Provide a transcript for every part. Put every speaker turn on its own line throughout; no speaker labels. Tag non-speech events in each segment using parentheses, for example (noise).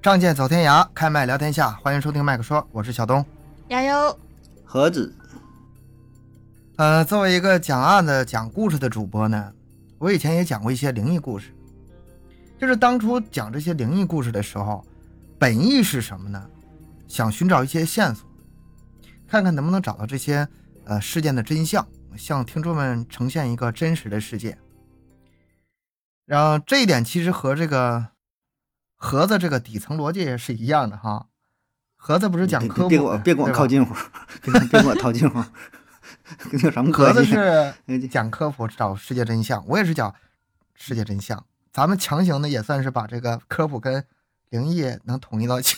仗剑走天涯，开麦聊天下，欢迎收听麦克说，我是小东。
加油！
何止？
呃，作为一个讲案子、讲故事的主播呢，我以前也讲过一些灵异故事。就是当初讲这些灵异故事的时候，本意是什么呢？想寻找一些线索，看看能不能找到这些呃事件的真相，向听众们呈现一个真实的世界。然后这一点其实和这个盒子这个底层逻辑也是一样的哈。盒子不是讲
嗯别
科普
别别管
的
别管
对
我
吧
靠近乎， (laughs) 别管别管我套近乎， (laughs) 跟有什么
格
关
子
系？
是
嗯这
讲科普，找世界真相，我也是讲世界真相。咱们强行的也算是把这个科普跟灵异能统一到一起。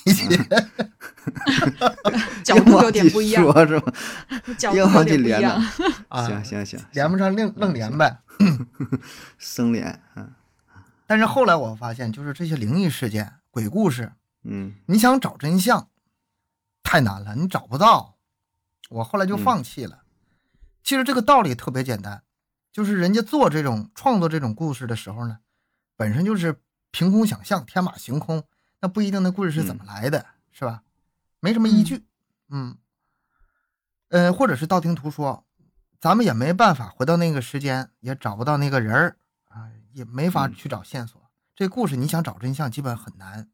角度有点不一样
又，忘记说是吧？
(laughs) 角度
又
有
忘记
点不一
连了
样。。 (laughs)
啊
行行行，
(laughs) 连不上愣愣连呗。
生连，嗯
但是后来我发现，就是这些灵异事件、鬼故事，
嗯
你想找真相太难了，你找不到。我后来就放弃了。其实这个道理特别简单，就是人家做这种创作这种故事的时候呢，本身就是凭空想象、天马行空，那不一定那故事是怎么来的，是吧？没什么依据，嗯，呃，或者是道听途说，咱们也没办法回到那个时间，也找不到那个人儿啊，也没法
嗯
去找线索。这故事你想找真相，基本很难。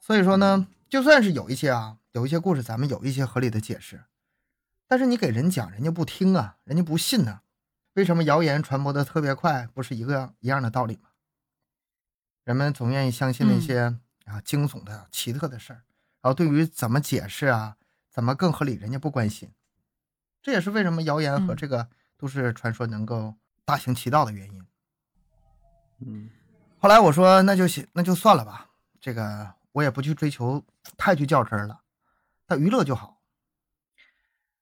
所以说呢，就算是有一些啊，有一些故事咱们有一些合理的解释，但是你给人讲，人家不听啊，人家不信呐、为什么谣言传播的特别快，不是一个样一样的道理吗？人们总愿意相信那
嗯
些、啊惊悚的、奇特的事儿，然后对于怎么解释啊，怎么更合理，人家不关心。这也是为什么谣言和
嗯
这个都市传说能够大行其道的原因。
嗯
后来我说那就行，那就算了吧，这个我也不去追求太去较真儿了，那娱乐就好。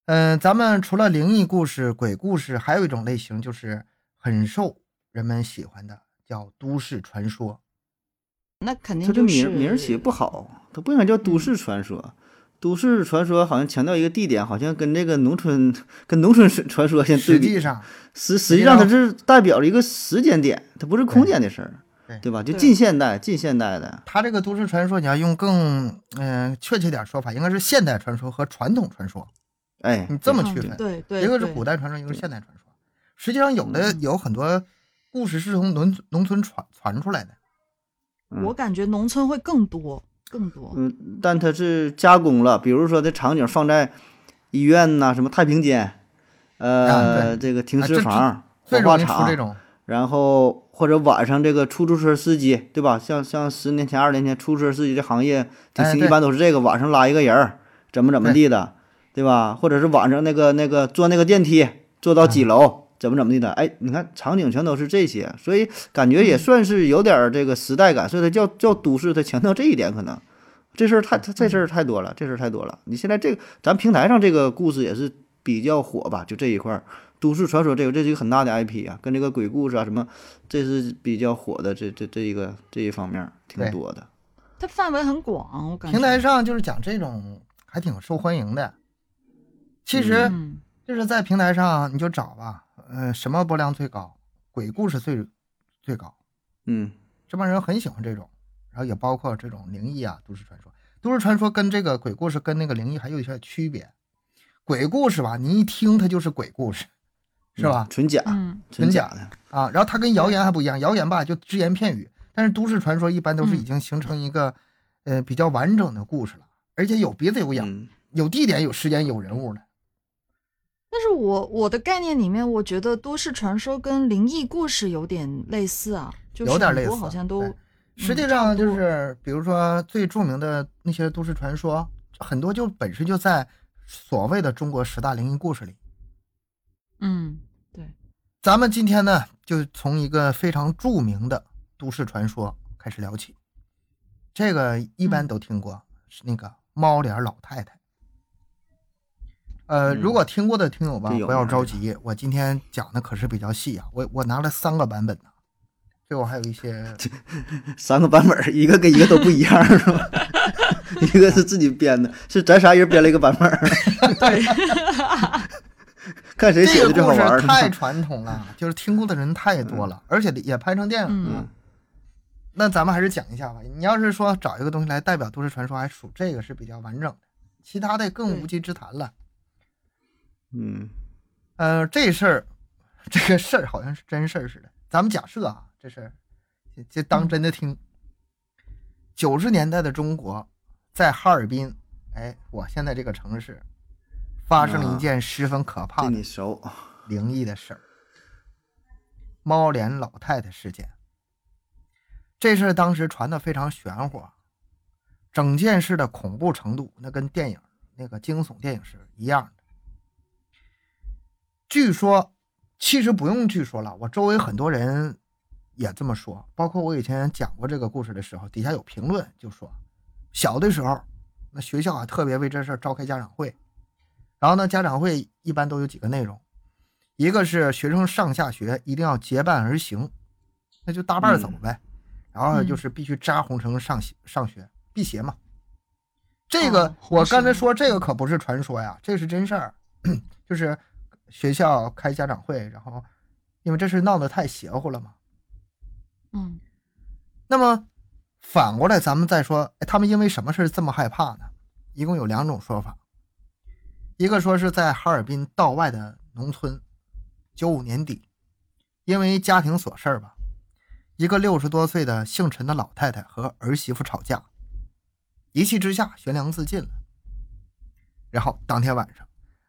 嗯、咱们除了灵异故事、鬼故事，还有一种类型就是很受人们喜欢的，叫都市传说。
那肯
他
定
这
就是
名儿名儿起不好，他不应该叫都市传说。都市传说好像强调一个地点，好像跟这个农村跟农村传说先对
实
比
际。上，
实
实
实
际
际
上
上它是代表了一个时间点，它不是空间的事儿
对，
对吧？就
对
近现代，近现代的，
它这个都市传说，你要用更嗯、确切点说法，应该是现代传说和传统传说，
哎，
你这么
嗯
区分。
对对，
一个是
对嗯
古代传说，一个是现代传说。实际上，有的有很多故事是从农农村传传出来的。
嗯
我感觉农村会更多更多。
嗯，但它是加工了，比如说这场景放在医院呐、什么太平间，呃，
啊
这个停
啊
尸
这
房、
最
火化
容易出这
场，
种，
然后或者晚上这个出租车司机，对吧？像像十年前、二十年前，出租车司机这行业挺
哎
兴，
对
一般都是这个晚上拉一个人儿，怎么怎么地的，对吧？或者是晚上那个那个坐那个电梯坐到几楼。
嗯
怎么怎么地的？哎，你看场景全都是这些，所以感觉也
嗯
算是有点儿这个时代感，所以它叫叫都市，它强调这一点可能。这事儿太这
嗯
这事儿太多了，这事儿太多了。你现在这个咱平台上这个故事也是比较火吧？就这一块儿，都市传说这个这是一个很大的 IP 啊，跟这个鬼故事啊什么，这是比较火的这这这一个这一方面儿挺
对
多的。
它范围很广，我感觉。
平台上就是讲这种还挺受欢迎的。其实
嗯，
就是在平台上你就找吧，呃，什么播量最高，鬼故事最最高，
嗯，
这帮人很喜欢这种，然后也包括这种灵异啊、都市传说。都市传说跟这个鬼故事跟那个灵异还有一些区别。鬼故事吧，你一听它就是鬼故事，是吧？
纯假，
嗯，
纯
纯
假
假的。
啊，然后它跟谣言还不一样，谣言吧就只言片语，但是都市传说一般都是已
嗯
经形成一个、呃比较完整的故事了，而且有鼻子有眼，
嗯，
有地点有时间有人物了。
但是我我的概念里面，我觉得都市传说跟灵异故事有点类似啊，就是
有点
很
类
多
似
好像都
对实
嗯
际
差
上
不
就
多
是，比如说最著名的那些都市传说，很多就本身就在所谓的中国十大灵异故事里。
嗯，
咱们今天呢，就从一个非常著名的都市传说开始聊起，这个一般
嗯
都听过，是那个猫脸老太太。呃，
嗯
如果听过的听友吧，
这有
不要
名儿
着急，我今天讲的可是比较细啊，我我拿了三个版本呢，最后还有一些
三个版本儿，一个跟一个都不一样，是吧？ (laughs) 一个是自己编的，是咱仨人编了一个版本儿，
对，
(laughs) 看谁写
这个
的最好
故
玩儿
事
是
太
吧。
嗯传统了，就是听过的人太多了，而且也拍成电影了。
嗯，
那咱们还是讲一下吧。你要是说找一个东西来代表都市传说，还属这个是比较完整的，其他的更无稽之谈了。
嗯
呃，这事儿，这个事儿好像是真事儿似的。咱们假设啊，这事儿就就当真的听。九十年代的中国，在哈尔滨，哎，我现在这个城市，发生了一件十分可怕
这
的
啊你熟，
灵异的事儿——猫脸老太太事件。这事儿当时传的非常玄乎啊，整件事的恐怖程度那跟电影那个惊悚电影是一样的。据说，其实不用据说了，我周围很多人也这么说，包括我以前讲过这个故事的时候，底下有评论就说，小的时候，那学校啊特别为这事儿召开家长会，然后呢，家长会一般都有几个内容，一个是学生上下学一定要结伴而行，那就搭伴儿走呗，然后就是必须扎红绳上学上学，辟邪嘛。这个、
哦红
啊我刚才
绳
说这个可不是传说呀，这是真事儿， (clears throat) 就是学校开家长会，然后因为这事闹得太邪乎了嘛，
嗯
那么反过来，咱们再说，哎，他们因为什么事儿这么害怕呢？一共有两种说法，一个说是在哈尔滨道外的农村，九五年底，因为家庭琐事儿吧，一个六十多岁的姓陈的老太太和儿媳妇吵架，一气之下悬梁自尽了。然后当天晚上，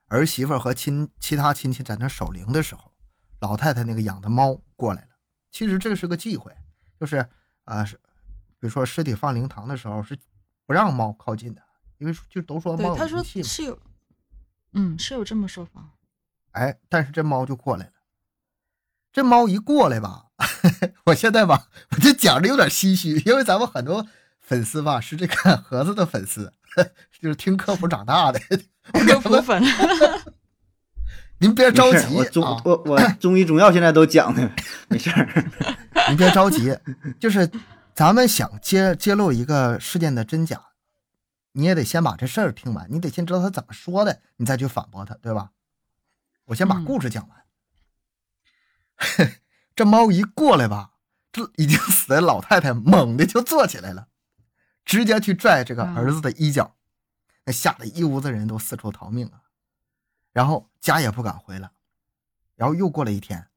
儿媳妇和亲其他亲戚在那守灵的时候，老太太那个养的猫过来了。其实这是个忌讳，就是啊，是、比如说尸体放灵堂的时候是不让猫靠近的，因为就都说猫
对，他
有
说
灵气嘛。
是有，嗯，是有这么说
(laughs)
法。
哎，但是这猫就过来了。这猫一过来吧， (laughs) 我现在吧，我就讲着有点唏嘘，因为咱们很多粉丝吧是这个 (laughs) 盒子的粉丝，就是听科普长大的。我
科
跟他 (laughs)
普
们，
粉，
您别着
没事
急
儿我中
啊，
我
(laughs)
我中医中药现在都讲呢，没事儿。
您别着急，就是咱们想揭揭露一个事件的真假，你也得先把这事儿听完，你得先知道他怎么说的，你再去反驳他，对吧？我先把
嗯
故事讲完。 (laughs) 这猫一过来吧，这已经死的老太太猛地就坐起来了，直接去拽这个儿子的衣角，那吓得一屋子人都四处逃命啊，然后家也不敢回了。然后又过了一天，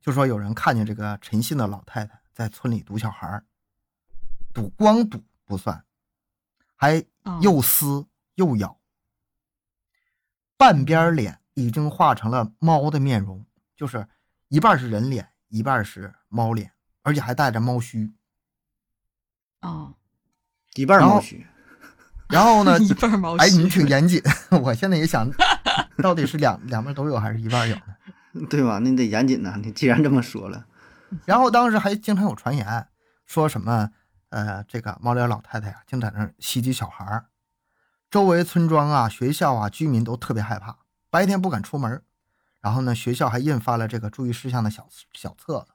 就说有人看见这个陈信的老太太在村里堵小孩儿，堵光堵不算，还
哦
又撕又咬，半边脸已经化成了猫的面容，就是一半是人脸，一半是猫脸，而且还带着猫须。 (laughs)
哦，，
一半
然后
毛须，
然后呢
(laughs) 一半毛
哎，你
须，
挺严谨， (laughs) 我现在也想，到底是两两边都有还是一半有呢？
对吧？那你得严谨呐、你既然这么说了，
然后当时还经常有传言说什么，呃，这个猫脸老太太呀、净在那儿袭击小孩儿，周围村庄啊、学校啊，居民都特别害怕，白天不敢出门儿。然后呢，学校还印发了这个注意事项的小小册子。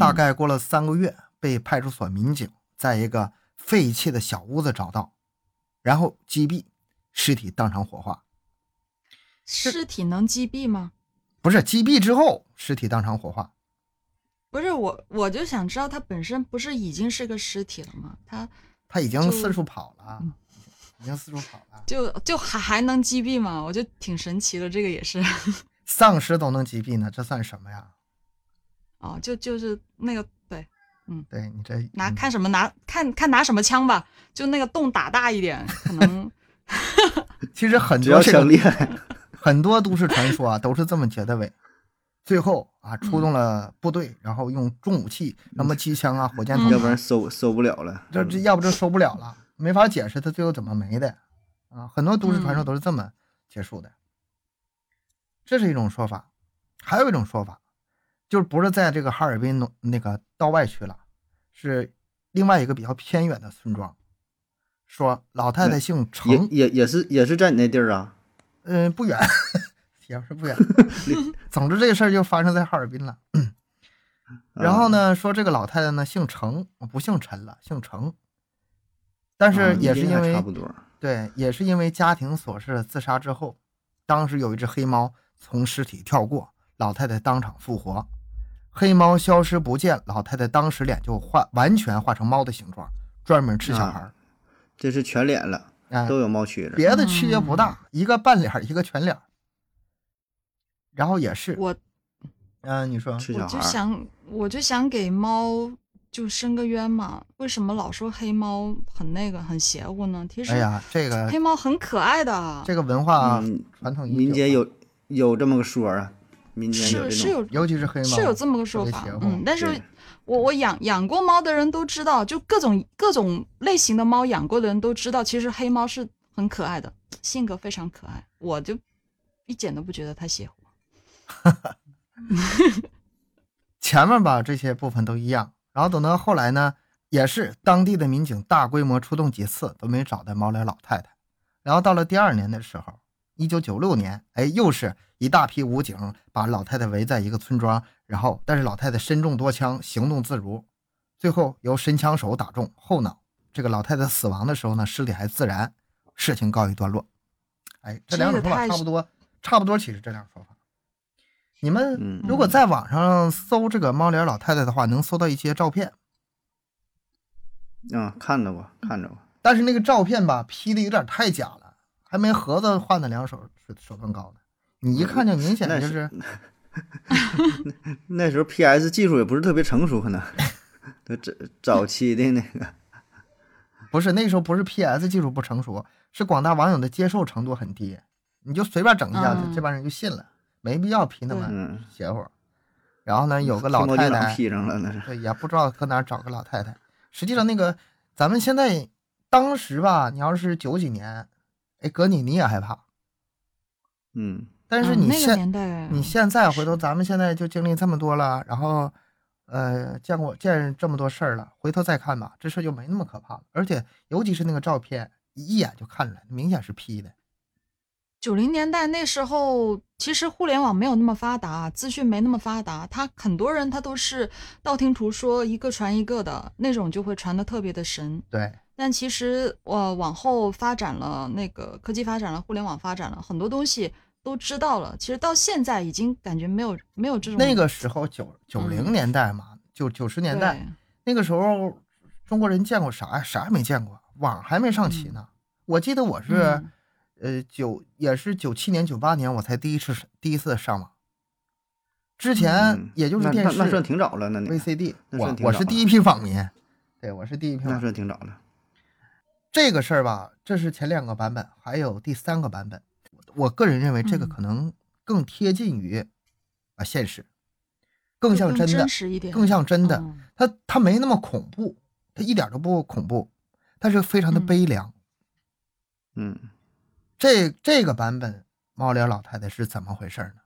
大概过了三个月，被派出所民警在一个废弃的小屋子找到，然后击毙，尸体当场火化。
尸体能击毙吗？
不是击毙之后，尸体当场火化。
不是我，我就想知道他本身不是已经是个尸体了吗？他
他已经
就
四处跑了，已经四处跑了。
就就还还能击毙吗？我就挺神奇的，这个也是。 (laughs)
丧尸都能击毙呢，这算什么呀？
哦，就就是那个对，
对你这
拿
嗯
看什么拿看看拿什么枪吧，就那个洞打大一点，可
(laughs)
能
其实很
只要
多这
想
个
厉害，
(laughs)
很多都市传说啊，都是这么结的尾。最后啊，出动了部队，然后用重武器，什么机枪啊、火箭筒
要不
啊，
然收收不了了。
这这要不就受不了了，没法解释他最后怎么没的啊。很多都市
嗯
传说都是这么结束的，这是一种说法。还有一种说法，就是不是在这个哈尔滨农那个道外区了，是另外一个比较偏远的村庄，说老太太姓程，
也也也是也是在你那地儿啊，
嗯，不远， (laughs) 也不是不
(laughs)
远。总之，这事儿就发生在哈尔滨了。
嗯
然
啊
后呢，说这个老太太呢姓程，不姓陈了，姓程。但
啊？
是
你
也是
这
因
还
为、
差不多，
对，也是因为家庭琐事自杀之后，当时有一只黑猫从尸体跳过，老太太当场复活，黑猫消失不见，老太太当时脸就化完全化成猫的形状，专门吃小孩儿。
这是全脸了，
哎，
啊都嗯有猫蛆了。
别的区别不大，一个半脸儿，一个全脸儿。然后也是，
我
嗯、你说，
吃
我
小
就
孩儿，
想我就想给猫就伸个冤嘛，为什么老说黑猫很那个很邪乎呢？其实
哎呀，这个
黑猫很可爱的，
这个文化
嗯，
传统已久
民间
了，
有有这么个说啊，民间有
是是
这种
有
尤其是黑猫，
是有这么个说法
特别邪，乎
嗯，但是
对
我我养养过猫的人都知道，就各种各种类型的猫养过的人都知道，其实黑猫是很可爱的，性格非常可爱，我就一点都不觉得它邪乎。
前面吧这些部分都一样，然后等到后来呢，也是当地的民警大规模出动几次都没找到猫脸老太太，然后到了第二年的时候，一九九六年，哎，又是一大批武警把老太太围在一个村庄，然后但是老太太身中多枪，行动自如，最后由神枪手打中后脑，这个老太太死亡的时候呢，尸体还自燃，事情告一段落。哎，这两种说法
这个太
差不多，差不多，其实这两种说法。你们
嗯
如果在网上搜这个猫脸老太太的话，能搜到一些照片，
啊，看着过，看着过，
但是那个照片吧 P 的有点太假了，还没盒子画那两手手手更高呢。你一看就明显
那
就是是
那时候 PS 技术也不是特别成熟，可能 (laughs) 都早早期的那个，
不是那时候不是 PS 技术不成熟，是广大网友的接受程度很低，你就随便整一下，
嗯
这帮人就信了，没必要 P 那么
嗯，
邪乎。然后呢，有个
黑
老
猫
太
警长
太，
P 上了那是，
对，也不知道搁哪儿找个老太太。实际上，那个咱们现在当时吧，你要是九几年，哎，哥你你也害怕，
嗯，
但是
嗯
你
那个
现、
年代，
你现在回头，咱们现在就经历这么多了，然后呃，见过见这么多事儿了，回头再看吧，这事儿就没那么可怕了。而且尤其是那个照片，一眼就看出来，明显是 P 的。
九零年代那时候，其实互联网没有那么发达，资讯没那么发达，他很多人他都是道听途说，一个传一个的那种，就会传的特别的神。
对，
但其实，呃，往后发展了，那个科技发展了，互联网发展了，很多东西都知道了。其实到现在已经感觉没有没有这种嗯
那个时候九九零年代嘛，九九十年代，那个时候中国人见过啥呀？啥也没见过，网还没上
嗯
齐呢。我记得我
对
是、呃九也是九七年九八年我才第一次第一次上网，之前
嗯
也就是
那
电
那
视
那算挺早了，那你
VCD，
那
我
算挺
我
早
是
了
第一批网民，对我是第一批
那
网民。
算挺早了，
这个事儿吧，这是前两个版本，还有第三个版本。我个人认为这个
嗯
可能更贴近于啊现实，
嗯
更
就
像真的
真，实一点，
更像真
哦
的。
嗯
它它没那么恐怖，它一点都不恐怖，但是非常的
嗯
悲凉。
嗯，
这这个版本猫脸老太太是怎么回事呢？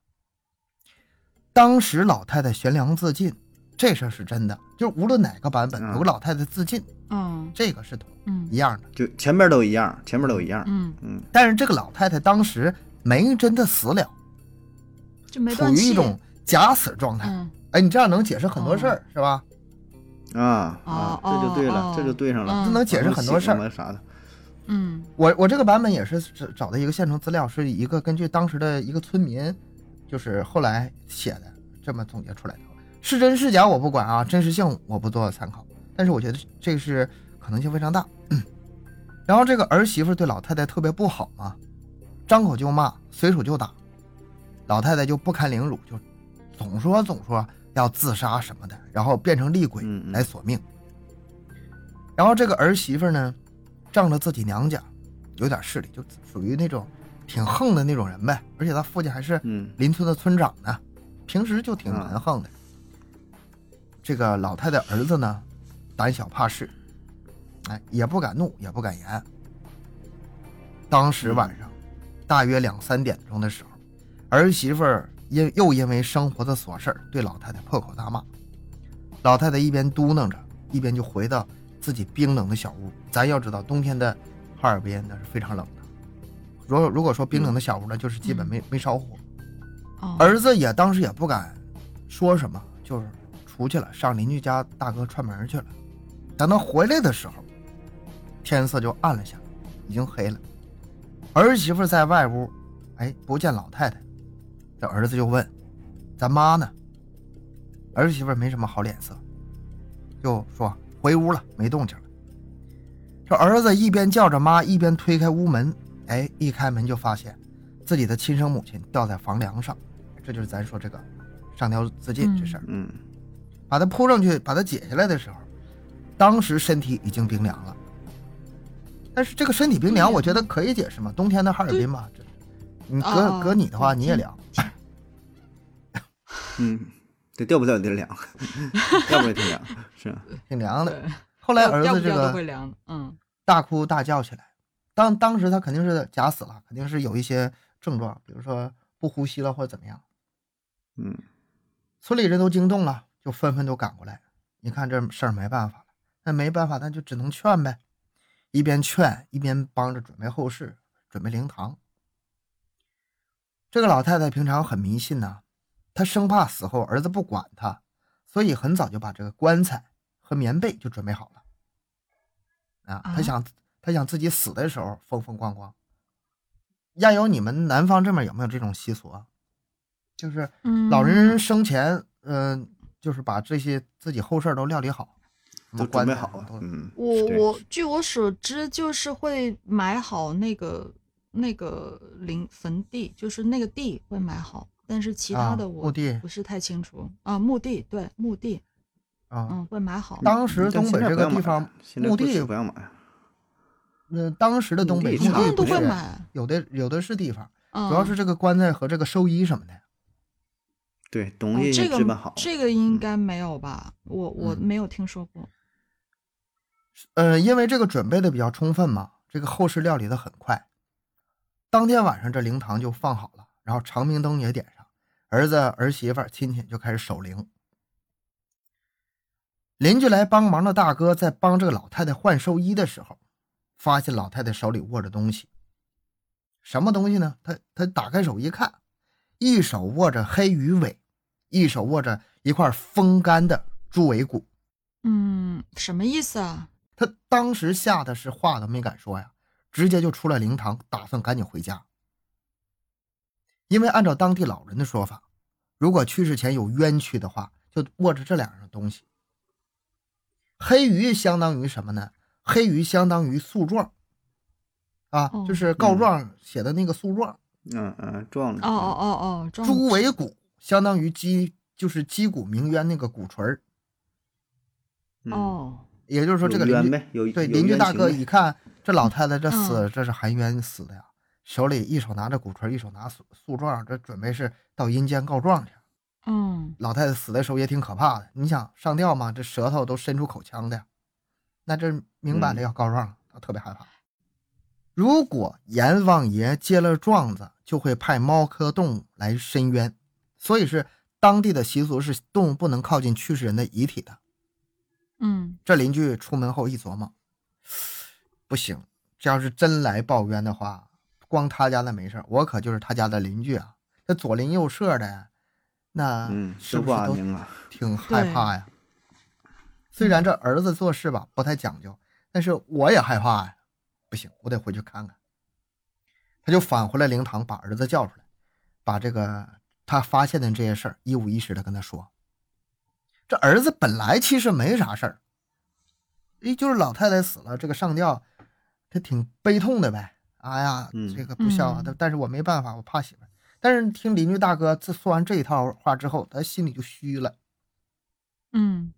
当时老太太悬梁自尽，这事儿是真的，就是无论哪个版本
嗯
有个老太太自尽，
嗯
这个是同
嗯
一样的。
就前面都一样，前面都一样，
嗯，
嗯，
但是这个老太太当时没真的死了，
就没
处
断
于
气。
一种假死状态。
嗯
哎，你这样能解释很多事儿，是吧？
啊
哦
啊，这就对
哦
了，这就对上了，
这能解释很多事
我
儿。
们啥的，
嗯
我我这个版本也是找找的一个现成资料，是一个根据当时的一个村民，就是后来写的这么总结出来的。是真是假我不管啊，真实性我不做参考，但是我觉得这是可能性非常大。嗯然后这个儿媳妇对老太太特别不好嘛，张口就骂，随手就打，老太太就不堪凌辱，就总说总说要自杀什么的，然后变成厉鬼
嗯嗯
来索命。然后这个儿媳妇呢，仗着自己娘家有点势力，就属于那种挺横的那种人呗，而且她父亲还是
嗯
邻村的村长呢，平时就挺蛮横的。这个老太太儿子呢，胆小怕事，哎，也不敢怒，也不敢言。当时晚上，大约两三点钟的时候，儿媳妇儿因又因为生活的琐事儿对老太太破口大骂。老太太一边嘟囔着，一边就回到自己冰冷的小屋。咱要知道，冬天的哈尔滨那是非常冷的。如果如果说冰冷的小屋呢，就是基本没、没烧火。
哦
儿子也当时也不敢说什么，就是出去了，上邻居家大哥串门去了。等到回来的时候，天色就暗了下来，已经黑了。儿媳妇在外屋，哎，不见老太太，这儿子就问：“咱妈呢？”儿媳妇没什么好脸色，就说回屋了，没动静了。这儿子一边叫着妈，一边推开屋门，哎，一开门就发现自己的亲生母亲吊在房梁上，这就是咱说这个上吊自尽这事儿。
嗯
把她扑上去，把她解下来的时候，当时身体已经冰凉了。但是这个身体冰凉，我觉得可以解释嘛，冬天的哈尔滨嘛，这你
啊
搁
啊
搁你的话你也凉。
嗯
嗯，得掉不掉也 (laughs) 得凉，要不也挺凉，是啊
挺凉的。
对
后来儿
要
子
不
这
掉都会
个
凉的，嗯
大哭大叫起来，当当时他肯定是假死了，肯定是有一些症状，比如说不呼吸了或者怎么样。
嗯
村里人都惊动了，就纷纷都赶过来。你看这事儿没办法了，那没办法，那就只能劝呗，一边劝一边帮着准备后事，准备灵堂。这个老太太平常很迷信呐、她生怕死后儿子不管她，所以很早就把这个棺材和棉被就准备好了。啊，她
啊
想她想自己死的时候风风光光。亚友，你们南方这边有没有这种习俗啊？就是
嗯，
老人生前，嗯、就是把这些自己后事儿都料理好，什么
都准
棺材
备好
什么
了
都。
嗯，
我
是这样
我据我所知，就是会买好那个那个陵坟地，就是那个地会买好，但是其他
啊
的
墓
我
地
不是太清楚啊。墓地对墓地，
啊、
嗯，会买好。
当时
但
东北
现在
这
不
个
要
地
买
方
现在
墓
不嗯
地
是，不要买，
呃，当时的
墓
东北
地
墓
很多
地
人都
不
会
是
买，
有的有的是地方，
嗯、
主要是这个棺材和这个寿衣什么的。
对，东
哦
西
这
置办
个
好，
这个应该没有吧？我我
嗯
没有听说过。
呃，因为这个准备的比较充分嘛，这个后事料理的很快。当天晚上这灵堂就放好了，然后长明灯也点上，儿子、儿媳妇儿、亲戚就开始守灵。邻居来帮忙的大哥在帮这个老太太换寿衣的时候，发现老太太手里握着东西，什么东西呢？他他打开手一看，一手握着黑鱼尾，一手握着一块风干的猪尾骨。
嗯，什么意思啊？
他当时吓得是话都没敢说呀，直接就出了灵堂，打算赶紧回家。因为按照当地老人的说法，如果去世前有冤屈的话，就握着这两样东西。黑鱼相当于什么呢？黑鱼相当于诉状，啊，
哦
就是告
嗯
状写的那个诉状。
嗯嗯，撞
哦
了，
哦哦哦，装
猪尾骨相当于鸡，就是击鼓鸣冤那个鼓槌儿。
嗯，
哦，
也就是说，这个
有
邻居
冤呗，有
对，
有
邻居
冤
大
情
哥
呗
一看这老太太这
嗯
死，这是含冤死的呀，手里一手拿着鼓槌，一手拿诉诉状，这准备是到阴间告状去。
嗯
老太太死的时候也挺可怕的，你想上吊嘛，这舌头都伸出口腔的呀，那这明摆着
嗯
要告状了，她特别害怕。如果阎王爷接了状子，就会派猫科动物来伸冤，所以是当地的习俗是动物不能靠近去世人的遗体的。
嗯，
这邻居出门后一琢磨，不行，这要是真来报冤的话，光他家的没事儿我可就是他家的邻居啊，这左邻右舍的，那
嗯，
是
都
不
不
是
安
都
宁啊，
挺害怕呀？虽然这儿子做事吧不太讲究，但是我也害怕呀。不行，我得回去看看。他就返回来灵堂，把儿子叫出来，把这个他发现的这些事儿一五一十的跟他说。这儿子本来其实没啥事儿，一就是老太太死了，这个上吊，他挺悲痛的呗。哎呀，
嗯
这个不孝啊！
嗯
但但是我没办法，我怕媳妇儿。但是听邻居大哥自说完这一套话之后，他心里就虚了。
嗯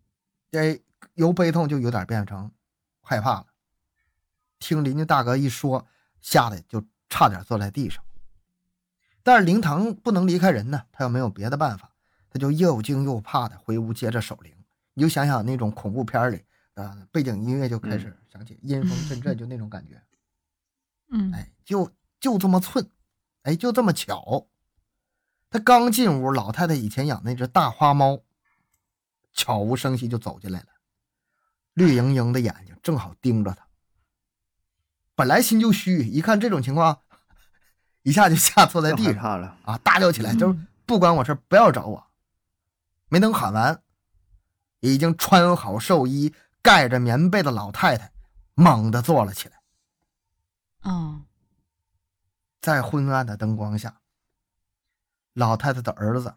这哎由悲痛就有点变成害怕了。听邻居大哥一说，吓得就差点坐在地上。但是灵堂不能离开人呢，他又没有别的办法，他就又惊又怕的回屋接着守灵。你就想想那种恐怖片儿里啊，背景音乐就开始响起，阴风阵阵，就那种感觉。
嗯，
哎，就就这么寸，哎，就这么巧。他刚进屋，老太太以前养那只大花猫，悄无声息就走进来了，绿莹莹的眼睛正好盯着他。本来心就虚，一看这种情况，一下就吓坐在
更
地
害
上
怕了，
啊，大叫起来，就是
嗯
不关我事儿，不要找我。没等喊完，已经穿好寿衣、盖着棉被的老太太猛地坐了起来。
嗯
在昏暗的灯光下，老太太的儿子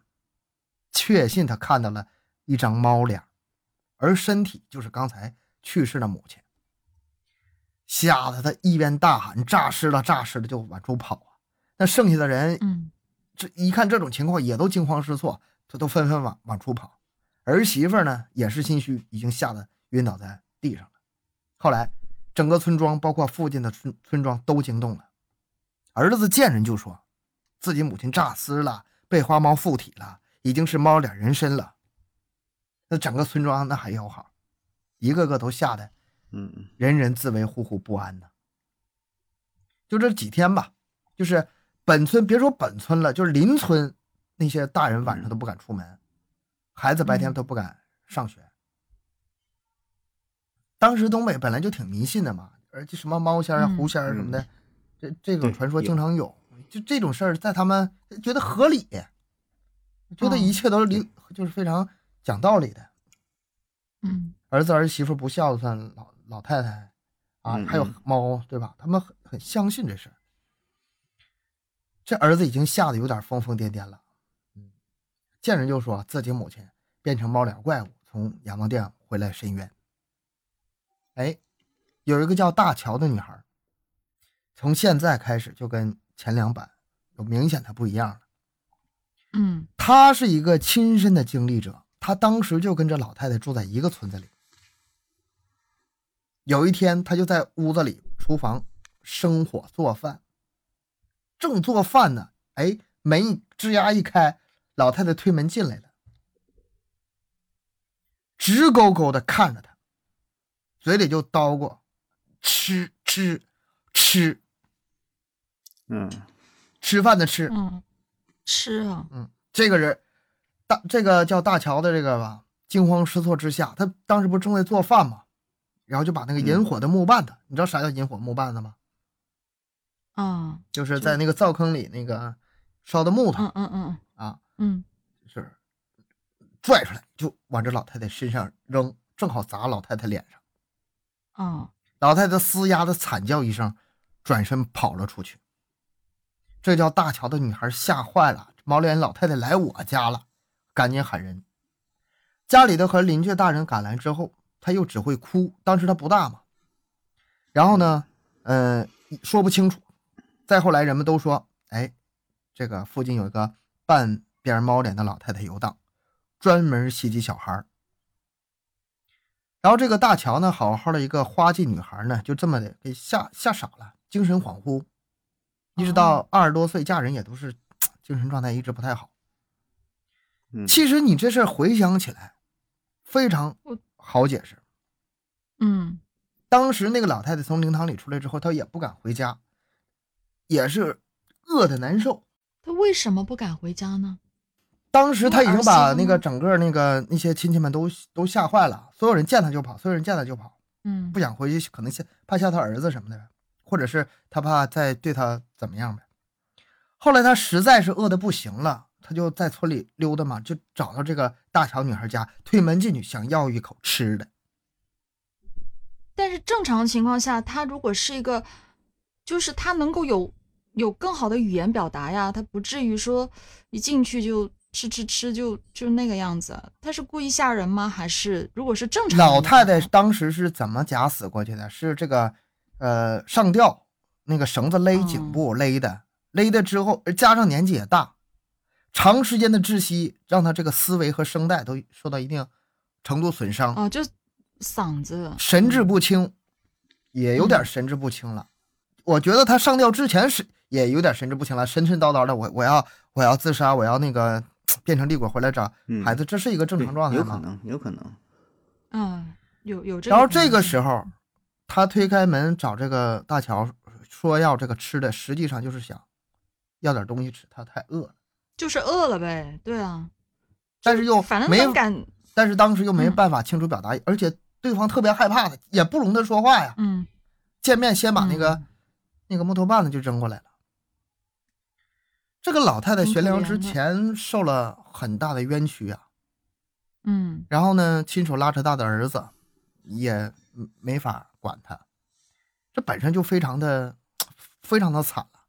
确信他看到了一张猫脸，而身体就是刚才去世的母亲。吓得他一边大喊“诈尸了，诈尸了”，就往出跑啊。那剩下的人
嗯，
这一看这种情况，也都惊慌失措，他都纷纷往往出跑。儿媳妇儿呢，也是心虚，已经吓得晕倒在地上了。后来，整个村庄，包括附近的村村庄都惊动了。儿子见人就说，自己母亲诈尸了，被花猫附体了，已经是猫脸人身了。那整个村庄那还要好，一个个都吓得
嗯嗯
人人自危，呼呼不安呢。就这几天吧，就是本村，别说本村了，就是邻村那些大人晚上都不敢出门，孩子白天都不敢上学。当时东北本来就挺迷信的嘛，而且什么猫仙儿啊、
嗯
狐仙儿什么的，这这种
对
传说
有
经常有。就这种事儿，在他们觉得合理，觉得
嗯
一切都是理，就是非常讲道理的。
嗯
儿子儿媳妇不孝顺老老太太啊，
嗯
还有
嗯
猫，对吧？他们很很相信这事儿。这儿子已经吓得有点疯疯癫癫了，嗯，见人就说自己母亲变成猫脸怪物，从阎王殿回来申冤。哎，有一个叫大乔的女孩儿，从现在开始就跟前两版有明显的不一样了。
嗯
她是一个亲身的经历者，她当时就跟这老太太住在一个村子里。有一天，她就在屋子里厨房生火做饭，正做饭呢，哎，门一吱呀一开，老太太推门进来了，直勾勾的看着她，嘴里就叨咕：“吃吃吃，
嗯，
吃饭的吃。”
嗯，吃啊，
嗯，这个人，大这个叫大乔的这个吧，惊慌失措之下，他当时不是正在做饭吗？然后就把那个引火的木棒子，你知道啥叫引火木棒子吗？
啊，
就是
是
在那个灶坑里那个烧的木头、
嗯嗯嗯
啊，
嗯
是拽出来就往这老太太身上扔，正好砸老太太脸上。
嗯啊，
老太太嘶哑的惨叫一声，转身跑了出去。这叫大乔的女孩吓坏了，毛脸老太太来我家了，赶紧喊人。家里的和邻居大人赶来之后，她又只会哭，当时她不大嘛。然后呢，呃，说不清楚。再后来，人们都说，哎，这个附近有一个半边猫脸的老太太游荡，专门袭击小孩儿。然后这个大乔呢，好好的一个花季女孩呢，就这么的给吓吓傻了，精神恍惚，一直到二十多岁嫁人，也都是精神状态一直不太好。
嗯
其实你这事儿回想起来，非常
我
好解释。
嗯
当时那个老太太从灵堂里出来之后，她也不敢回家，也是饿的难受。
他为什么不敢回家呢？
当时她已经把
儿媳妇吗
那个整个那个那些亲戚们都都吓坏了，所有人见她就跑，所有人见她就跑。
嗯
不想回去，可能吓怕吓他儿子什么的，或者是他怕再对他怎么样呗。后来他实在是饿得不行了，他就在村里溜达嘛，就找到这个大乔女孩家，推门进去想要一口吃的。
但是正常情况下，他如果是一个，就是他能够有有更好的语言表达呀，他不至于说一进去就吃吃吃就就那个样子。他是故意吓人吗？还是如果是正常人的话
老太太当时是怎么假死过去的？是这个呃上吊，那个绳子勒颈
哦
部勒的，勒的之后呃加上年纪也大，长时间的窒息让她这个思维和声带都受到一定程度损伤。
哦，就嗓子
神志不清，也有
嗯
点神志不清了。我觉得他上吊之前是也有点神志不清了，神神叨叨的，我我要我要自杀，我要那个变成厉鬼回来找
嗯
孩子，这是一个正常
对
状态
有可
吗？
能，有可能，
嗯，有有这个。
然后这个时，候，他推开门找这个大乔说要这个吃的，实际上就是想要点东西吃，他太饿了，
就是饿了呗，对啊，
但是又
反正
没
能敢，
但是当时又没
嗯
办法清楚表达，而且对方特别害怕他，也不容他说话呀。
嗯
见面先把那个、那个木头棒子就扔过来了。这个老太太
挺
悬
可
梁
怜
之
的
前受了很大的冤屈啊，
嗯
然后呢，亲手拉扯大的儿子也没法管他，这本身就非常的非常的惨了。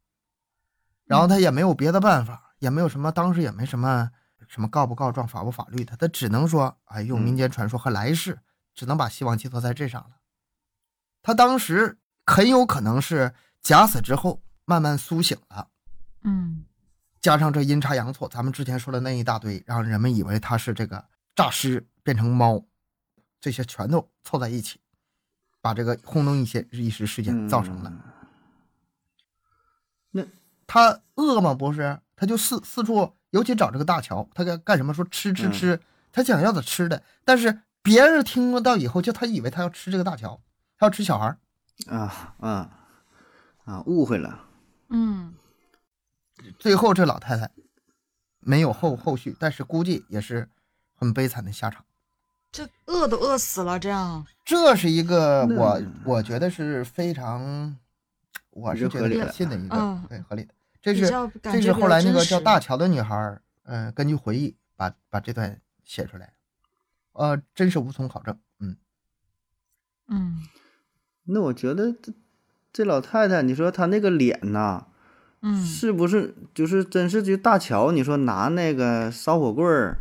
然后他也没有别的办法，也没有什么，当时也没什么什么告不告状、法不法律的，他只能说，哎，用民间传说和来世，只能把希望寄托在这上了。他当时很有可能是假死之后慢慢苏醒了，
嗯
加上这阴差阳错，咱们之前说的那一大堆，让人们以为他是这个诈尸变成猫，这些全都凑在一起，把这个轰动一些一时事件造成了。
嗯
他饿嘛，不是，他就四四处，尤其找这个大乔，他干干什么？说吃吃
嗯
吃，他想要的吃的，但是别人听到以后，就他以为他要吃这个大乔，他要吃小孩儿。
啊啊啊，误会了。
嗯
最后这老太太没有后后续，但是估计也是很悲惨的下场。
这饿都饿死了，这样
这是一个
那嗯
我我觉得是非常，我是觉得可信的一个
嗯，
对，合理的。这
比
是
较
这
感觉
是
比
后
较
来那
真
个叫
实
大乔的女孩儿，呃，根据回忆把把这段写出来，呃，真是无从考证。嗯，
嗯
那我觉得这这老太太，你说她那个脸呐、
嗯
是不是就是真是就大乔？你说拿那个烧火棍儿，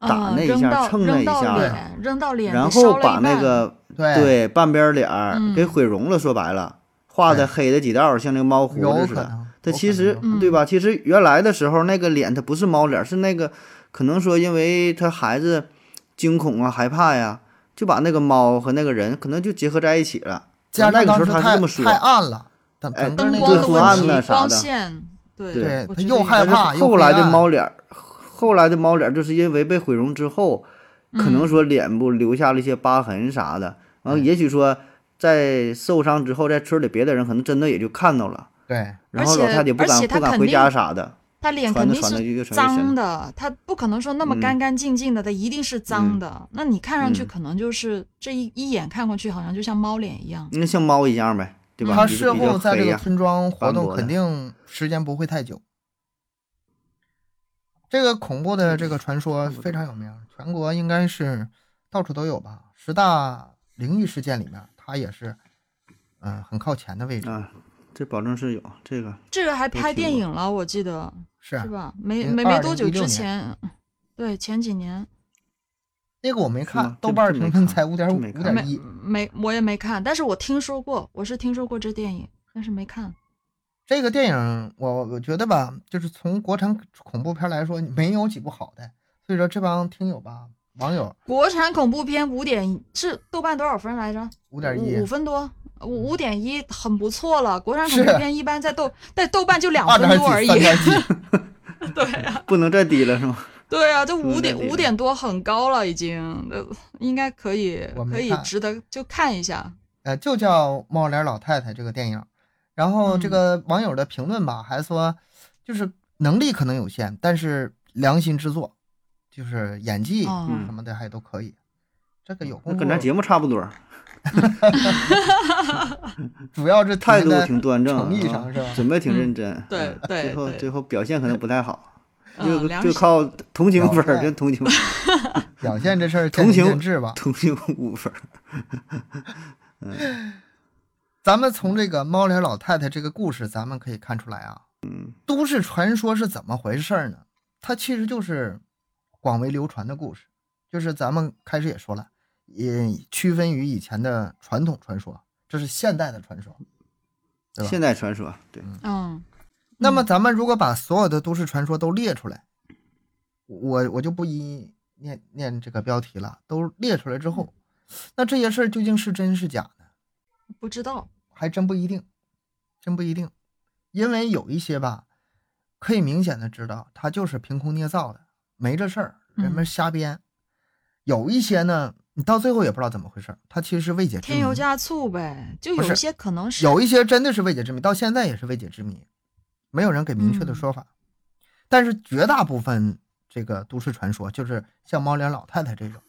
打
嗯
那一
扔
下
到
蹭那
扔
一
到
下
脸，扔到脸，
然
给烧
后
了一
把那
半
个
对
对半边脸儿
嗯
给毁容了，说白了，画的黑的几道儿，像那个猫胡
有
子
可
似的。
能。
它
有哎可
其
能
实
有
能
对吧？其实原来的时候那个脸它不是猫脸，是那个可能说因为他孩子惊恐啊、害怕呀，就把那个猫和那个人可能就结合在一起了。
加
那
上
个
当时
时候他是
太
这么说
太暗了，整
哎
整个
灯
那
光
个
的
图
问
案
题，
呐啥
光
的
线，对
对
我
他
觉得
又
也
害
是
怕又
后
灰
来的
暗
猫脸儿，后来的猫脸儿就是因为被毁容之后，可
嗯
能说脸部留下了一些疤痕啥的，然后也许说在受伤之后，在村里别的人可能真的也就看到了，
对，
然后
而且
老太太也不
而
敢
且她
不敢
肯
回家
定
啥的，
他脸
传
肯
着
定
传着
是
越传
脏
越深。
的，他不可能说那么
嗯
干干净净的，他一定是脏
嗯
的。那你看上去
嗯
可能就是这一一眼看过去，好像就像猫脸一样。
那像猫一样呗，对
嗯
吧？
他
比
事
较比较
后在这
黑
个
呀
村庄活
斑
动
驳
肯
的
定时间不会太久。这个恐怖的这个传说非常有名，全国应该是到处都有吧。十大灵异事件里面，它也是，嗯、很靠前的位置。
啊，这保证是有这个，
这个还拍
听
电
过
影了，我记得
是
是吧？没
嗯
没没多久
2016
之
年
前，对前几年
那个我没看
吗，
豆
这
瓣
这没
评分
看
才五点
这
五
没
五
看
点
没
一。
没我也没看，但是我听说过，我是听说过这电影，但是没看。
这个电影，我我觉得吧，就是从国产恐怖片来说，没有几部好的。所以说，这帮听友吧，网友
国产恐怖片五点是豆瓣多少分来着？
五点
五
一
五，分多，五五点一很不错了。国产恐
是
怖片一般在
(laughs)
豆在豆瓣就两
二
分
点
多而
几，
已
三。点几，
对啊，
不能再低了是吗？
对啊，这
嗯
五点
那得
五点多很高了，已经，呃应该可以
我没
可以
看
值得就看一 (laughs) 下。
呃，就叫《猫脸老太太》这个电影。然后这
嗯
个网友的评论吧，还说就是能力可能有限，但是良心制作，就是演技啊
哦
什么的还都可以。这个有
哦那
功
跟咱
夫，
节目差不多，
主要是
态
体
度
现在
挺端正，
诚意
啊
上是吧？
准备挺认真，
对
嗯
对
最后
对
最后表现可能不太好，
嗯，
就
良
就
心
靠同情分
表
儿，
现
跟同
(laughs)
情
表现这事儿见
同
仁
情
见智吧。
同情五分儿，
咱们从这个猫脸老太太这个故事，咱们可以看出来啊，嗯，都市传说是怎么回事儿呢？它其实就是广为流传的故事，就是咱们开始也说了，也区分于以前的传统传说，这是现代的传说。对吧
现代传说对，
嗯
那么咱们如果把所有的都市传说都列出来，我我就不一一念念这个标题了，都列出来之后，那这些事儿究竟是真是假呢？
不知道，
还真不一定，真不一定，因为有一些吧，可以明显的知道它就是凭空捏造的，没这事儿，人们
嗯
瞎编。有一些呢，你到最后也不知道怎么回事儿，它其实是未解之
添
谜。
油加醋呗。就
不
有
是
一些可能是
有一些真的是未解之谜，到现在也是未解之谜，没有人给明确的
嗯
说法。但是绝大部分这个都市传说，就是像猫脸老太太这种，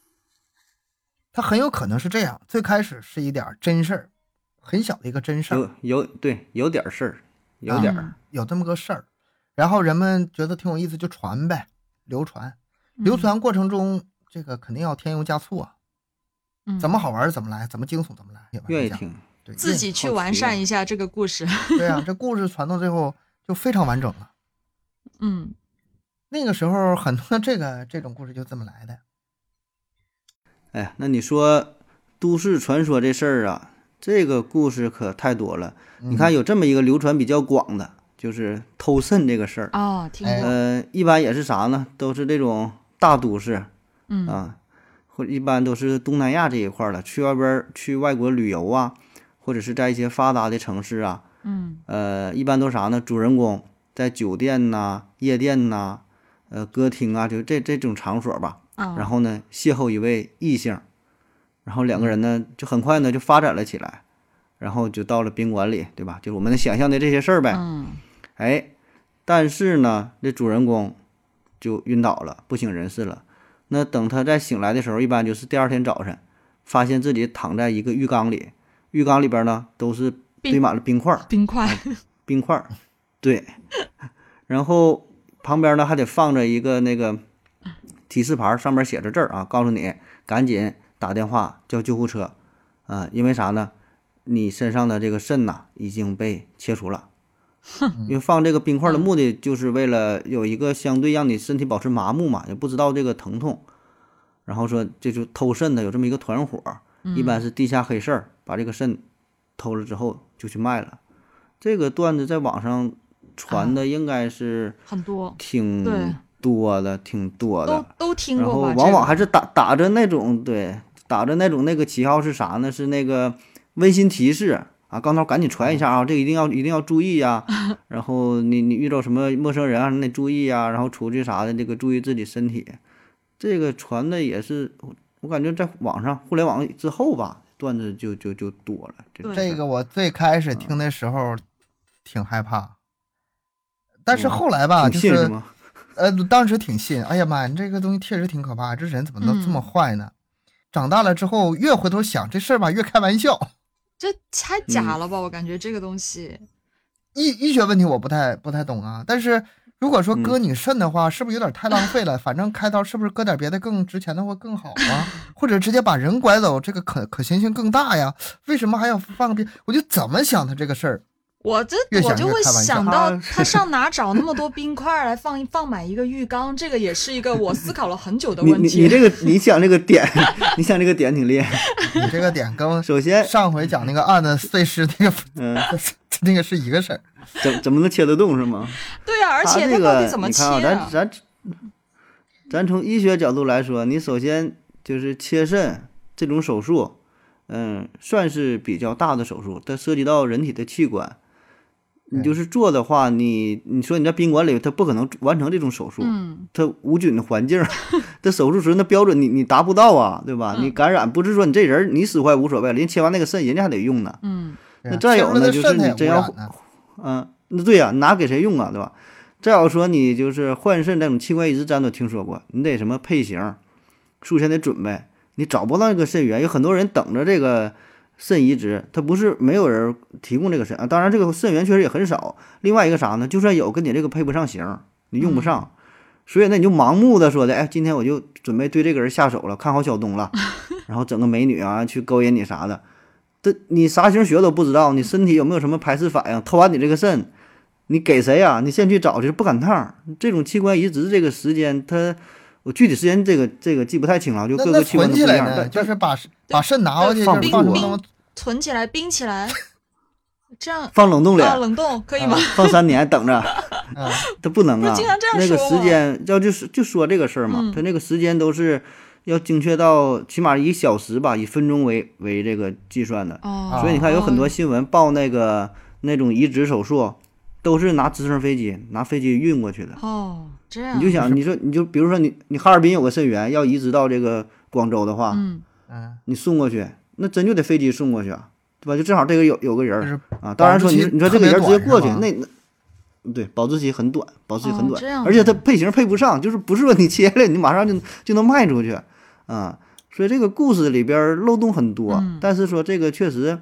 它很有可能是这样，最开始是一点儿真事儿，很小的一个真事儿。
有有对有点儿事儿，有点儿
嗯
有这么个事儿，然后人们觉得挺有意思，就传呗，流传。
嗯
流传过程中，这个肯定要添油加醋啊，
嗯
怎么好玩儿怎么来，怎么惊悚怎么来，也往下
愿意
讲
听，
对
自己去
好奇
完
啊
善一下这个故事。 (laughs)
愿意对啊，这故事传到最后就非常完整了。
嗯
那个时候很多这个这种故事就这么来的。
哎呀，那你说都市传说这事儿啊，这个故事可太多了。你看有这么一个流传比较广的，就是偷肾这个事儿。
啊、听
哎
过，
呃，一般也是啥呢？都是这种大都市
嗯
啊，或者一般都是东南亚这一块儿的，去外边儿去外国旅游啊，或者是在一些发达的城市啊，
嗯
呃，一般都啥呢？主人公在酒店呐、夜店呐、呃，歌厅啊，就这这种场所吧。
啊，
然后呢，邂逅一位异性，然后两个人呢，就很快呢就发展了起来，然后就到了宾馆里，对吧？就是我们能想象的这些事儿呗。
嗯
哎，但是呢，这主人公就晕倒了，不省人事了。那等他再醒来的时候，一般就是第二天早晨，发现自己躺在一个浴缸里，浴缸里边呢都是堆
冰
满了冰块儿，
冰块，
冰块儿，对。 (laughs) 然后旁边呢还得放着一个那个提示牌儿，上面写着字儿啊，告诉你赶紧打电话叫救护车啊、因为啥呢？你身上的这个肾呐、已经被切除了。因为放这个冰块儿的目的就是为了有一个相对让你身体保持麻木嘛，也不知道这个疼痛。然后说这就偷肾的有这么一个团伙儿，
嗯
一般是地下黑市儿把这个肾偷了之后就去卖了。这个段子在网上传的应该是
很多啊
挺
对
多的，挺多
都
的。
都听
然后
过吧？
往往
这
还是打打着那种对，打着那种那个旗号是啥呢？是那个温馨提示啊，刚头赶紧传一下啊，这个一定要一定要注意
(laughs)
呀、然后你你遇到什么陌生人啊，你得注意呀、然后出去啥的，这个注意自己身体。这个传的也是，我我感觉在网上互联网之后吧，段子就就就多了。这
对
这个我最开
嗯
始听的时候挺害怕，但是后来吧，
嗯挺
就
信是
是
吗？
呃，当时挺信。哎呀妈呀，你这个东西确实挺可怕，这人怎么能
嗯
这么坏呢？长大了之后，越回头想这事儿吧，越开玩笑。
这
嗯
太假了吧？我感觉这个东西，
医医学问题我不太不太懂啊，但是如果说
嗯
割你肾的话，是不是有点太浪费了？反正开刀是不是割点别的更值钱的会更好啊？或者直接把人拐走，这个可可行性更大呀？为什么还要放个屁？我就怎么想他这个事儿？
我这
越
我
想
就
越
会
开玩笑
想到
啊
他上哪找那么多冰块来放 (laughs) 放满一个浴缸？这个也是一个我思考了很久的
你
问
你你
题。
这个
(laughs)
你想这个点， (laughs) 你想这个点挺厉害。
你这个点
(laughs)
跟
首先，
上回讲那个案子碎尸那个
嗯、
那 (laughs) 个是一个事儿。
怎怎么能切得动是吗？
对啊，而
它
且
这
他到底
个
怎么
你
切
看
啊
啊，咱？咱咱从医学角度来说，你首先就是切肾这种手术，嗯，算是比较大的手术，它涉及到人体的器官。
对
你就是做的话，你你说你在宾馆里，它不可能完成这种手术，
嗯，
它无菌的
(laughs)
环境儿，这手术时候那标准你你达不到啊，对吧？
嗯
你感染不是说你这人儿你死坏无所谓，人家切完那个肾，人家还得用呢。
嗯，
对
那
啊
再有
切除了
呢
的
就是
肾它
你
也
真
污
要
染呢
嗯，那对呀、拿给谁用啊，对吧？再有说你就是换肾这种器官移植，咱都听说过，你得什么配型，术前得准备，你找不到那个肾源，有很多人等着这个肾移植，他不是没有人提供这个肾啊，当然这个肾源确实也很少。另外一个啥呢？就算有，跟你这个配不上型，你用不上，所以呢你就盲目的说的，哎，今天我就准备对这个人下手了，看好小东了，然后整个美女啊去勾引你啥的。这你啥型血都不知道，你身体有没有什么排斥反应？偷完你这个肾，你给谁呀、你先去找去，不赶趟儿。这种器官移植这个时间，它我具体时间这个这个记不太清了，就
那
各
那
个器官
存起
都不
来
一样。
呢，
但
就
但
是把肾把肾拿回去，就
放
是放什
冰
么
冰
东
存起来，冰起
(laughs)
来，这样
放冷冻里，
啊，冷冻可以吗？
放 (laughs) 三年等着，
嗯
它不能
不
啊。
是经常这样
那个
说
时
吗
间要就是就说这个事儿嘛
嗯，
它那个时间都是要精确到起码以小时吧，以分钟为为这个计算的。
啊
哦，
啊所以你看，有很多
哦
新闻报那个那种移植手术，都是拿直升飞机拿飞机运过去的。
哦，这样
你就想，你说你就比如说你你哈尔滨有个肾源要移植到这个广州的话，
嗯
嗯，
你送过去，那真就得飞机送过去啊，对吧？就正好这个有有个人
就
儿
是
啊，当然说你
保质期
你说这个人直接过去
特别，
那那对保质期很短，保质期很
哦
短，
这样
而且它配型配不上，就是不是说你切了你马上就就能卖出去啊。所以这个故事里边儿漏洞很多，
嗯
但是说这个确实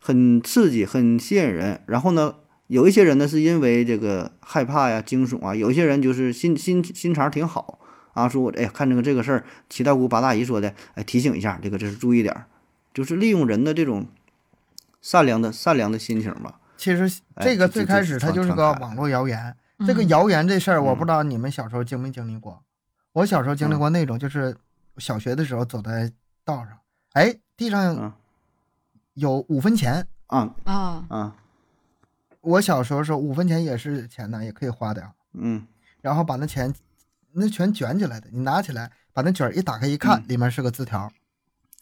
很刺激，很吸引人。然后呢，有一些人呢是因为这个害怕呀、惊悚啊，有一些人就是心心心肠挺好啊，说我哎呀看这个这个事儿，七大姑八大姨说的，哎提醒一下，这个这是注意点儿，就是利用人的这种善良的善良的心情吧。
其实
哎
这个
这
最
这
开
这
始它
传
就是
传
个
开了
网络谣言，这个
嗯
谣言这事儿，我
嗯
不知道你们小时候经没经历过。我小时候经历过那种，就是小学的时候走在道上，哎，地上
嗯
有五分钱。
啊
啊，
啊
我小时候说五分钱也是钱呢，也可以花的啊。
嗯
然后把那钱，那全卷起来的，你拿起来，把那卷儿一打开一
嗯
看，里面是个字条，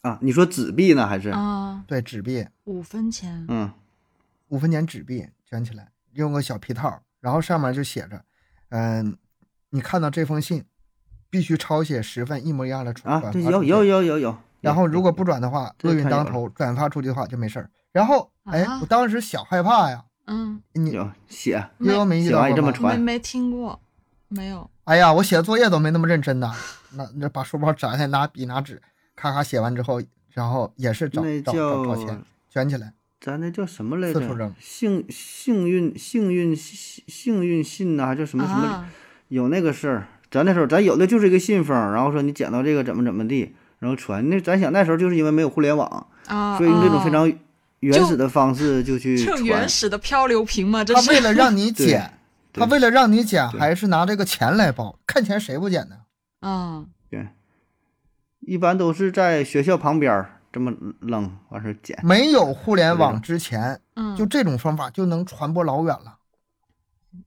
啊，你说纸币呢还是？
啊，
对，纸币，
五分钱，
嗯
五分钱纸币卷起来，用个小皮套，然后上面就写着，嗯、你看到这封信，必须抄写十份一模一样的转
啊，
转
对，
发出
有
去
有有有有。
然后
有
如果不转的话，
这
厄
个
运
太
当
有了
头，转发出去的话就没事儿。然后，哎
啊，
我当时小害怕呀，
嗯，
你
有写，
悠悠没遇
写
到
完
过
这么
吗
传
没没听过，没有，
哎呀，我写作业都没那么认真呐，那那把书包摘下来，拿笔拿纸，咔咔写完之后，然后也是找
那
找找找
叫
钱卷起来，
咱那叫什么来
四处
着
扔？
幸幸运幸运幸幸运信呐、还叫什么什么？
啊，
有那个事儿，咱那时候咱有的就是一个信封，然后说你捡到这个怎么怎么地，然后传。那咱想那时候就是因为没有互联网，
啊，
所以用这种非
啊
常原始的方式就去
这
传。啊
种原始的漂流瓶嘛，这
他
是
为了让你
(laughs) 对
捡，他
对
为了让你捡，
对
还是拿这个钱来包，看钱谁不捡呢？
啊，
一般都是在学校旁边儿这么扔，完事儿捡。
没有互联网
对
之前，
嗯，
就这种方法就能传播老远了。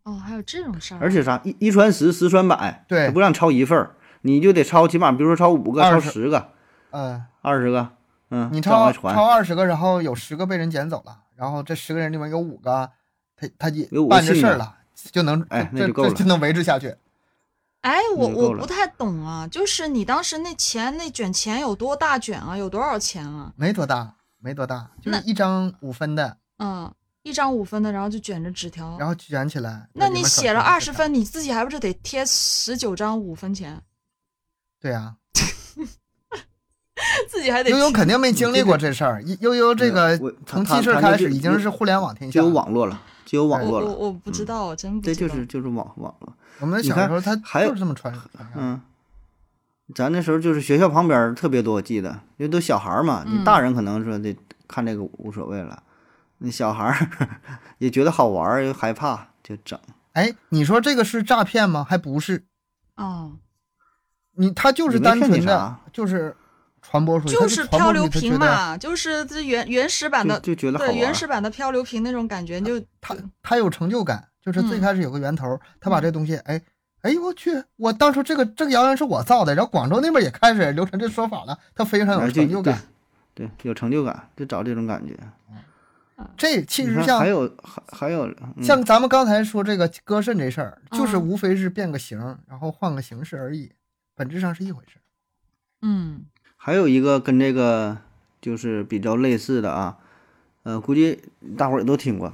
哦，还有这种事儿，
而且啥一一传十，十传百，
嗯对
他不让抄一份儿，你就得抄，起码比如说抄五个，
二
抄
十
十个，
嗯，
二十个，嗯，
你
再往
抄
外传
抄二十个，然后有十个被人捡走了，然后这十个人里面有五个，他他也
有五个
办这
信
事儿
的
了，就能
哎那
这
就够
这
了
就能维持下去。
哎，我
嗯那就够
我
了
不太懂啊，就是你当时那钱那卷钱有多大卷啊？有多少钱啊？
没多大，没多大，就
那
是一张五分的，
嗯，一张五分的，然后就卷着纸条
然。后卷起来。
那
里面
你
可
写了
能是
二十分，你自己还不是得贴十九张五分钱， (laughs)
对啊，
自己还得
悠悠
贴
肯定没经历过这事儿。一悠悠这个
没有我
从
他
记事
他
儿
他
开
就
始已经是互联网天下
就
了。
有网络了，就有网
我
络
我
了，
我不知道，我真不
这
知道。
就是就是网网络，
我们小
你看
时候他
还有
就是这么传。传上
嗯。咱那时候就是学校旁边儿特别多，我记得，因为都小孩儿嘛，
嗯
你大人可能说的看这个无所谓了，那小孩儿 (laughs) 也觉得好玩儿，又害怕，就整。
哎，你说这个是诈骗吗？还不是，
啊，
你他就是
你没
单
骗你
纯的
啥，
就是传播出去，他
就是
传
漂
播
流
出去
瓶。嘛，就是这原原始版
就
的，
就觉得好玩
对
儿。
原始版的漂流瓶那种感觉，就
他觉得他他有成就感，就是最
嗯
开始有个源头，他把这东西哎。哎呦我去！我当初这个这个谣言是我造的，然后广州那边也开始流传这说法了，他非常
哎
有
就
成就感。
对，有成就感，就找这种感觉。
这其
你
实
看
像
还有还还有、嗯、
像咱们刚才说这个割肾这事儿，就是
嗯
无非是变个形，然后换个形式而已，本质上是一回
啊
事。
嗯
还有一个跟这个就是比较类似的啊，呃，估计大伙儿也都听过。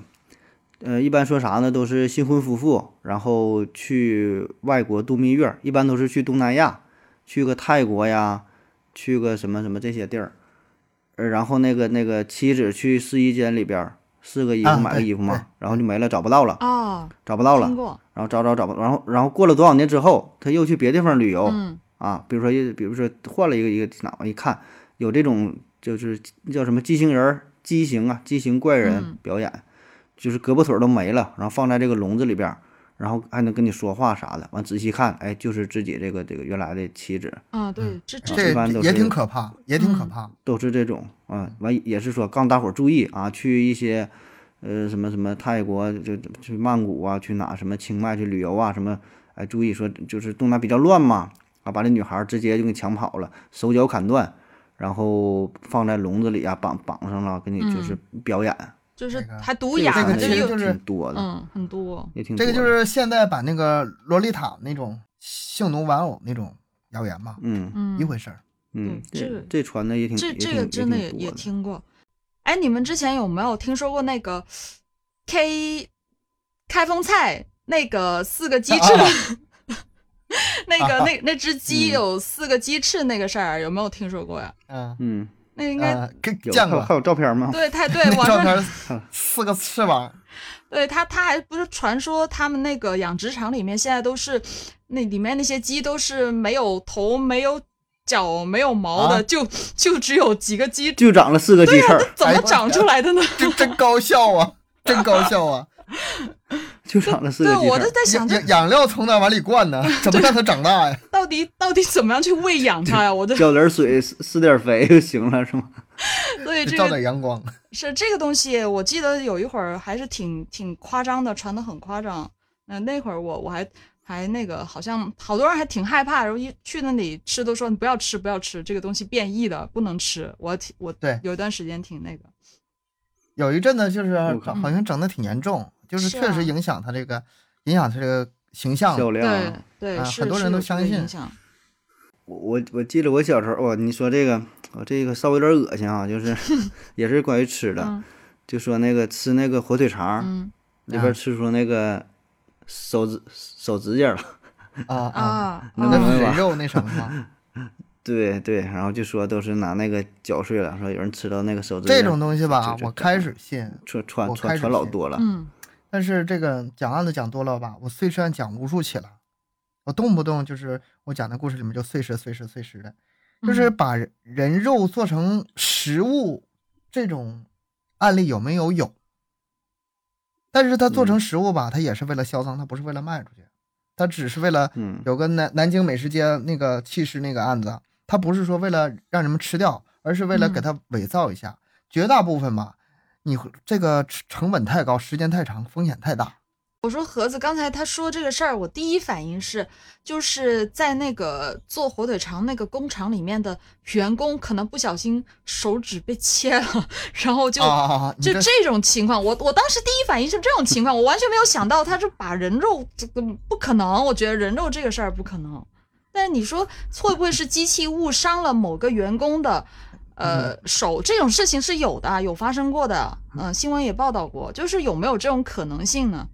呃，一般说啥呢？都是新婚夫妇，然后去外国度蜜月，一般都是去东南亚，去个泰国呀，去个什么什么这些地儿。呃，然后那个那个妻子去试衣间里边儿试个衣服，
啊
买个
对
衣服嘛，
对
然后就没了，找不到了，
啊，
找不到了
听。过，
然后找找找不，然后然后过了多少年之后，他又去别地方旅游、
嗯
啊，比如说又比如说换了一个一个哪儿一看，有这种就是叫什么畸形人儿、畸形啊、畸形怪人
嗯
表演，就是胳膊腿儿都没了，然后放在这个笼子里边儿，然后还能跟你说话啥的，完仔细看，哎，就是自己这个这个原来的妻子，
啊，
嗯
对，这这
这
一般都
也
是
挺可怕，也挺可
嗯
怕。
都是这种啊，完也是说告诉大伙儿注意啊，去一些。呃，什么什么泰国就就去曼谷啊，去哪什么清迈去旅游啊，什么哎，注意说就是东南比较乱嘛，啊，把这女孩儿直接就给抢跑了，手脚砍断，然后放在笼子里啊，绑绑上了，给你
嗯
就是表演，
就是
这个
还毒
这个
哑
这
看
了，
个
的
这
这
个
也
就
又
是
挺多的，
嗯很多，
也挺
这
多的
个就是现代版那个洛丽塔那种性奴玩偶那种谣言嘛，
嗯
嗯
一，回事儿。
嗯，
对这
这
个
这传的也挺
这
也
这
挺
个
也
真的也
多
也听过。哎，你们之前有没有听说过那个 K 开封菜那个四个鸡翅？
啊
(laughs) 那个、
(laughs) 啊
那那只鸡
嗯
有四个鸡翅那个事儿，有没有听说过呀？
嗯，
嗯，
那应该、
呃，跟
有
见
还有
过
还有照片吗？
对，太对
(laughs) 那
网
照
上
片儿，
(laughs)
四个翅膀，
对他他还不是传说他们那个养殖场里面现在都是那里面那些鸡都是没有头没有脚没有毛的，
啊
就就只有几
(laughs)
个鸡，
就长了四个鸡翅儿，
怎
哎
么
呦
长出来的呢？
这真高效啊，真高效啊！
就长这四个
对，
鸡
我都
翅。
在
养
想这
养养料从哪往里灌呢？怎么让它长大呀？
到底到底怎么样去喂养它呀？ (laughs) 我这
浇点水，施施点肥就行了，是吗？
对
得
这
照
个
点阳光。
是这个东西，我记得有一会儿还是挺挺夸张的，传的很夸张。那那会儿我我还还那个，好像好多人还挺害怕，然后一去那里吃都说你不要吃，不要吃，这个东西变异的，不能吃。我挺我
对
有一段时间挺那个，
有一阵子就是
靠
好像整的挺严重，就是
是
确
啊
实影响它这个影响它这个形象
销
了。
量
对
啊。
对，
啊
是
很多
是
人都
有这
相
个
信啊
影响，
我我我记得我小时候，哇，你说这个，我这个稍微有点恶心啊，就是
(laughs)
也是关于吃的，
嗯
就说那个吃那个火腿肠儿，
嗯
那边吃出那个手指手指甲了。 (laughs)
啊啊，
啊
那
那
能
啊
肥肉那什么
(laughs)
嘛，
对对，然后就说都是拿那个嚼碎了，说有人吃到那个手指甲。
这种东西吧
这，这
我开始信，
传传
我开
传
始
传老
信
多了，
嗯
但是这个讲案子讲多了吧，我碎尸案讲无数起了，我动不动就是我讲的故事里面就碎尸碎尸碎尸的，就是把人人肉做成食物这种案例有没有有？但是它做成食物吧，它也是为了销赃，它不是为了卖出去，它只是为了
嗯，
有个南南京美食街那个弃尸那个案子，它不是说为了让人们吃掉，而是为了给
嗯
它伪造一下。绝大部分吧，你会这个成成本太高，时间太长，风险太大。
我说盒子，刚才他说这个事儿，我第一反应是，就是在那个做火腿肠那个工厂里面的员工，可能不小心手指被切了，然后就、
啊啊啊！你
就
这
这种情况，我我当时第一反应是这种情况，我完全没有想到他是把人肉这个不可能，我觉得人肉这个事儿不可能。但是你说会不会是机器误伤了某个员工的呃
嗯
手？这种事情是有的，有发生过的，嗯、新闻也报道过，就是有没有这种可能性呢？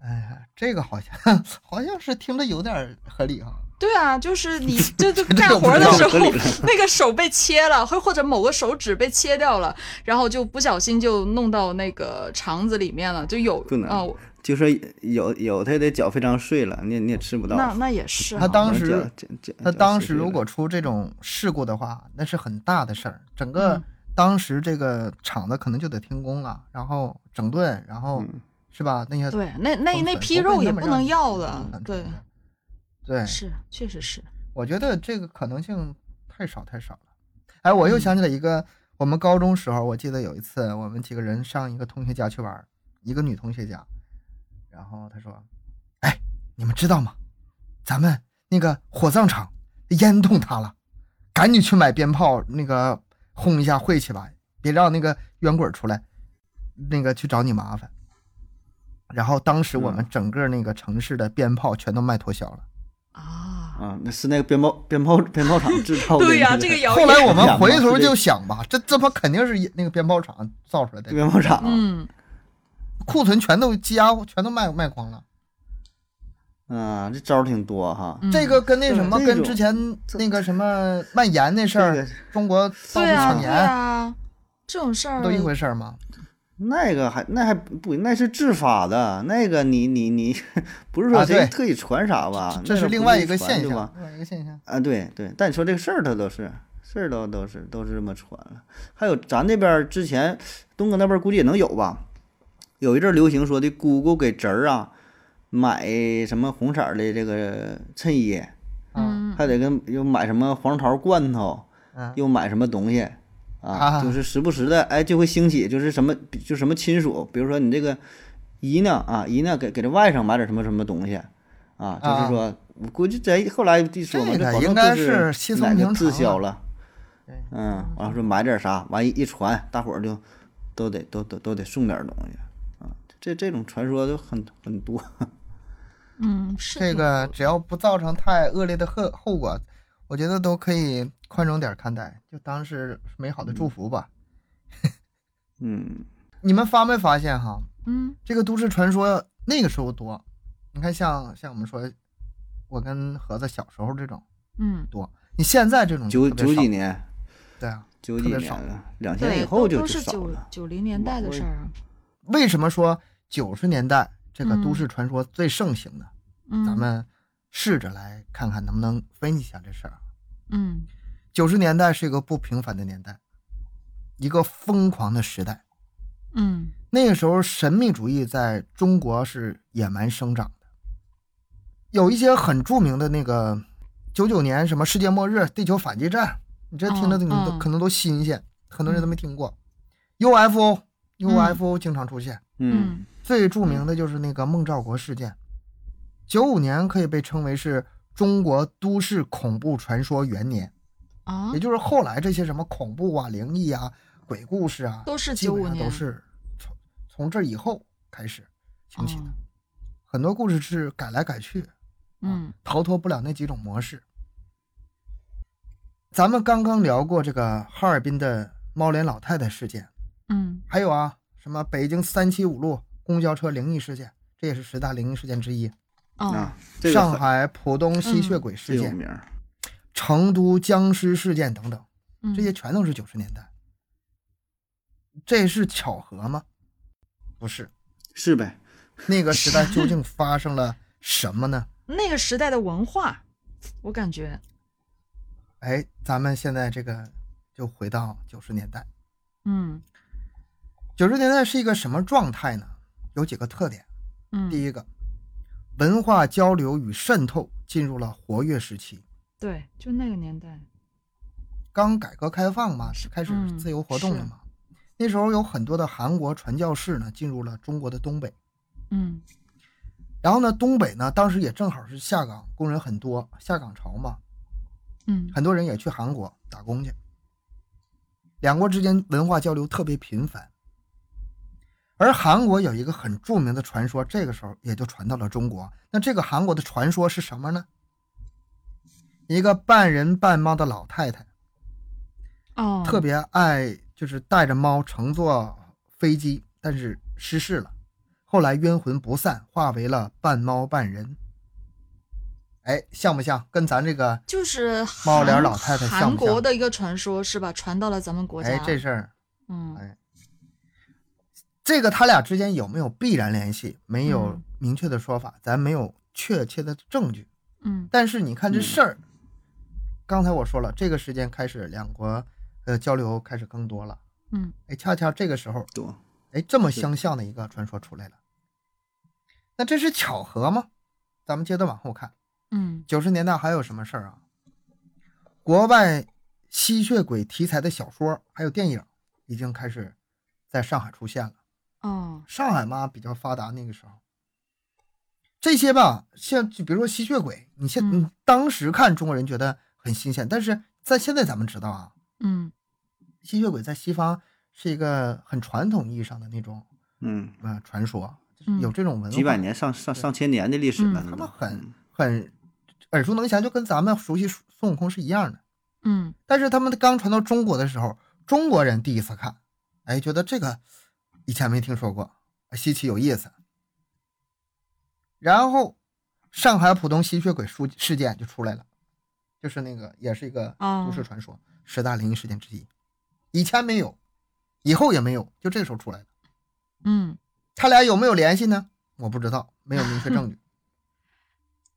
哎呀，这个好像好像是听着有点儿合理哈、
对啊，就是你就就干
这个
活
不
儿
知
的
道
时
合
候
理了，
那个手被切了，或或者某个手指被切掉了，然后就不小心就弄到那个肠子里面了，就有
不能
啊、
就说有有它得嚼非常碎了，你也你也吃不到。
那那也是
他
啊，
当
能
时
嚼嚼嚼
那
嚼
当
碎
时
碎
如
了
果出这种事故的话，那是很大的事儿，整个
嗯
当时这个厂子可能就得停工了，然后整顿，然后
嗯
是吧？那些
对，那那
成
那
本
批
会
肉
那
也
么
不
让
能
你
要
去
了
看，出
对
来，对，
是，确实是，
我觉得这个可能性太少太少了。哎，我又想起来一个，我们高中时候，我记得有一次，我们几个人上一个同学家去玩儿，一个女同学家，然后她说：“哎，你们知道吗？咱们那个火葬场烟囱塌了，赶紧去买鞭炮，那个轰一下晦气吧，别让那个冤鬼出来，那个去找你麻烦。”然后当时我们整个那个城市的鞭炮全都卖脱销了。
啊，
啊，那是那个鞭炮鞭炮鞭炮厂制造
(laughs)
的。
对呀、这个谣
后来
言，
我们
两
回
个
头
是
就
这
想吧，这这不肯定是那个鞭炮厂造出来的，
(laughs) 鞭炮厂啊，
嗯，
库存全都积压，全都卖卖光了。
啊，这招儿挺多哈。
嗯
这个跟那什么，
对啊这
跟
种
之前那个什么卖盐那事
这
儿
个，
中国到处
对啊
抢
对
盐，
啊，这种事儿
不都一回事儿吗？
那个还那还不那是自发的，那个你你你不是
啊
说
对
谁特意传啥吧？啊那
这
个
是另
不
外一个
传
现
的吧
象，另外一个现象。
啊，对对，但你说这个事儿，它都是事儿都都是都是这么传了。还有咱这边儿之前东哥那边儿估计也能有吧，有一阵儿流行说的姑姑给侄儿啊买什么红色儿的这个衬衣，
嗯
嗯，
还得跟又买什么黄桃罐头，
嗯
又买什么东西啊，
啊
就是时不时的哎就会兴起，就是什么就什么亲属，比如说你这个姨娘啊，姨娘给给这外甥买点什么什么东西啊，就
啊
是说我估计这后来一说嘛，
这
这
个
保证
应该
就是
稀松
哪个
平
滞
常
销
啊
了
对，
嗯，完了说买点啥，完一一传，大伙儿就都得都都都得送点东西啊，这这种传说就很很多，
嗯，是
这
挺
个只要不造成太恶劣的后后果，我觉得都可以宽容点儿看待，就当是美好的祝福吧。
嗯，
你们发没发现哈？
嗯
这个都市传说那个时候多，你看像像我们说，我跟盒子小时候这种
嗯，
多，你现在这种就
九
特别
九
少
几年
对啊，
九
特
几
别
年
少
了，两千
对，
以后
都
就
都
就是少
九
了，
九零年代的
我
事儿啊，
为什么说九十年代这个都市传说最盛行呢？
嗯，
咱们试着来看看能不能分析一下这事儿啊。
嗯
九十年代是一个不平凡的年代，一个疯狂的时代，
嗯
那个时候神秘主义在中国是野蛮生长的，有一些很著名的那个九九年什么世界末日、地球反击战，你这听着
嗯
你们都、
嗯
可能都新鲜，很多人都没听过。UFO UFO 经常出现，
嗯
嗯
最著名的就是那个孟兆国事件，九五年可以被称为是中国都市恐怖传说元年，
啊
也，就是后来这些什么恐怖啊、灵异啊、鬼故事啊，
都是
基本
95
上都
年
是从从这以后开始兴起的。啊
哦
很多故事是改来改去，
嗯
逃脱不了那几种模式。咱们刚刚聊过这个哈尔滨的猫脸老太太事件，
嗯
还有啊，什么北京三七五路公交车灵异事件，这也是十大灵异事件之一。
哦
啊，这个
上
很
海浦东吸血
嗯
鬼事
最有
件、
名儿，
成都僵尸事件等等，
嗯
这些全都是九十年代。这是巧合吗？不是，
是呗？
那个时代究
(laughs)
竟发生了什么呢？
那个时代的文化，我感觉
哎，咱们现在这个就回到九十年代。
嗯
九十年代是一个什么状态呢？有几个特点。
嗯
第一个，文化交流与渗透进入了活跃时期。
对，就那个年代，
刚改革开放嘛，是开始
嗯
自由活动了嘛。那时候有很多的韩国传教士呢进入了中国的东北，
嗯
然后呢，东北呢当时也正好是下岗工人很多，下岗潮嘛，
嗯
很多人也去韩国打工去。两国之间文化交流特别频繁，而韩国有一个很著名的传说，这个时候也就传到了中国。那这个韩国的传说是什么呢？一个半人半猫的老太太，
哦，
特别爱就是带着猫乘坐飞机，但是失事了，后来冤魂不散，化为了半猫半人。哎，像不像？跟咱这个
就是
猫脸
韩
老太太像不
韩国
像
的一个传说是吧？传到了咱们国家，
哎这事儿
嗯
哎这个他俩之间有没有必然联系，没有
嗯
明确的说法，咱没有确切的证据。
嗯
但是你看这事儿，刚才我说了，这个时间开始两国呃交流开始更多了，
嗯
哎，恰恰这个时候，
多
哎，这么相像的一个传说出来了，那这是巧合吗？咱们接着往后看，
嗯
九十年代还有什么事儿啊？国外吸血鬼题材的小说还有电影已经开始在上海出现了。
哦
上海嘛比较发达，那个时候，这些吧，像就比如说吸血鬼，你现、
嗯
你当时看中国人觉得很新鲜，但是在现在咱们知道啊，
嗯
吸血鬼在西方是一个很传统意义上的那种
嗯，
呃传说
嗯，
有这种文化，
几百年上上上千年的历史了，
他
嗯
那
们
都
很很耳熟能详，就跟咱们熟悉孙孙悟空是一样的。
嗯
但是他们刚传到中国的时候，中国人第一次看，哎，觉得这个以前没听说过，哎稀奇有意思。然后，上海浦东吸血鬼事事件就出来了，就是那个也是一个
哦
都市传说，十大灵异事件之一。以前没有，以后也没有，就这个时候出来的。
嗯
他俩有没有联系呢？我不知道，没有明确
(laughs)
证据。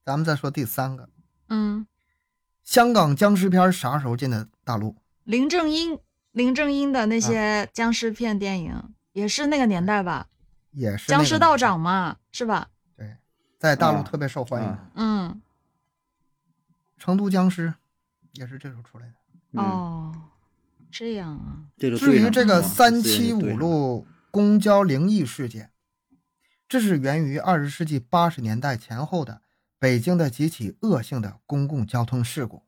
咱们再说第三个，
嗯，
香港僵尸片啥时候进的大陆？
林正英林正英
啊
的那些僵尸片电影也是那个年代吧？
也是那
僵
个
尸
年
道
代
长嘛，是吧？
对，在大陆
啊
特别受欢迎。
啊
嗯
成都僵尸也是这时候出来的。
嗯，
哦，这样啊，
这就
至
对
于
上
这
了
个
啊
三
这就
七
对
五
上了
路公交灵异事件，这是源于二十世纪八十年代前后的北京的几起恶性的公共交通事故。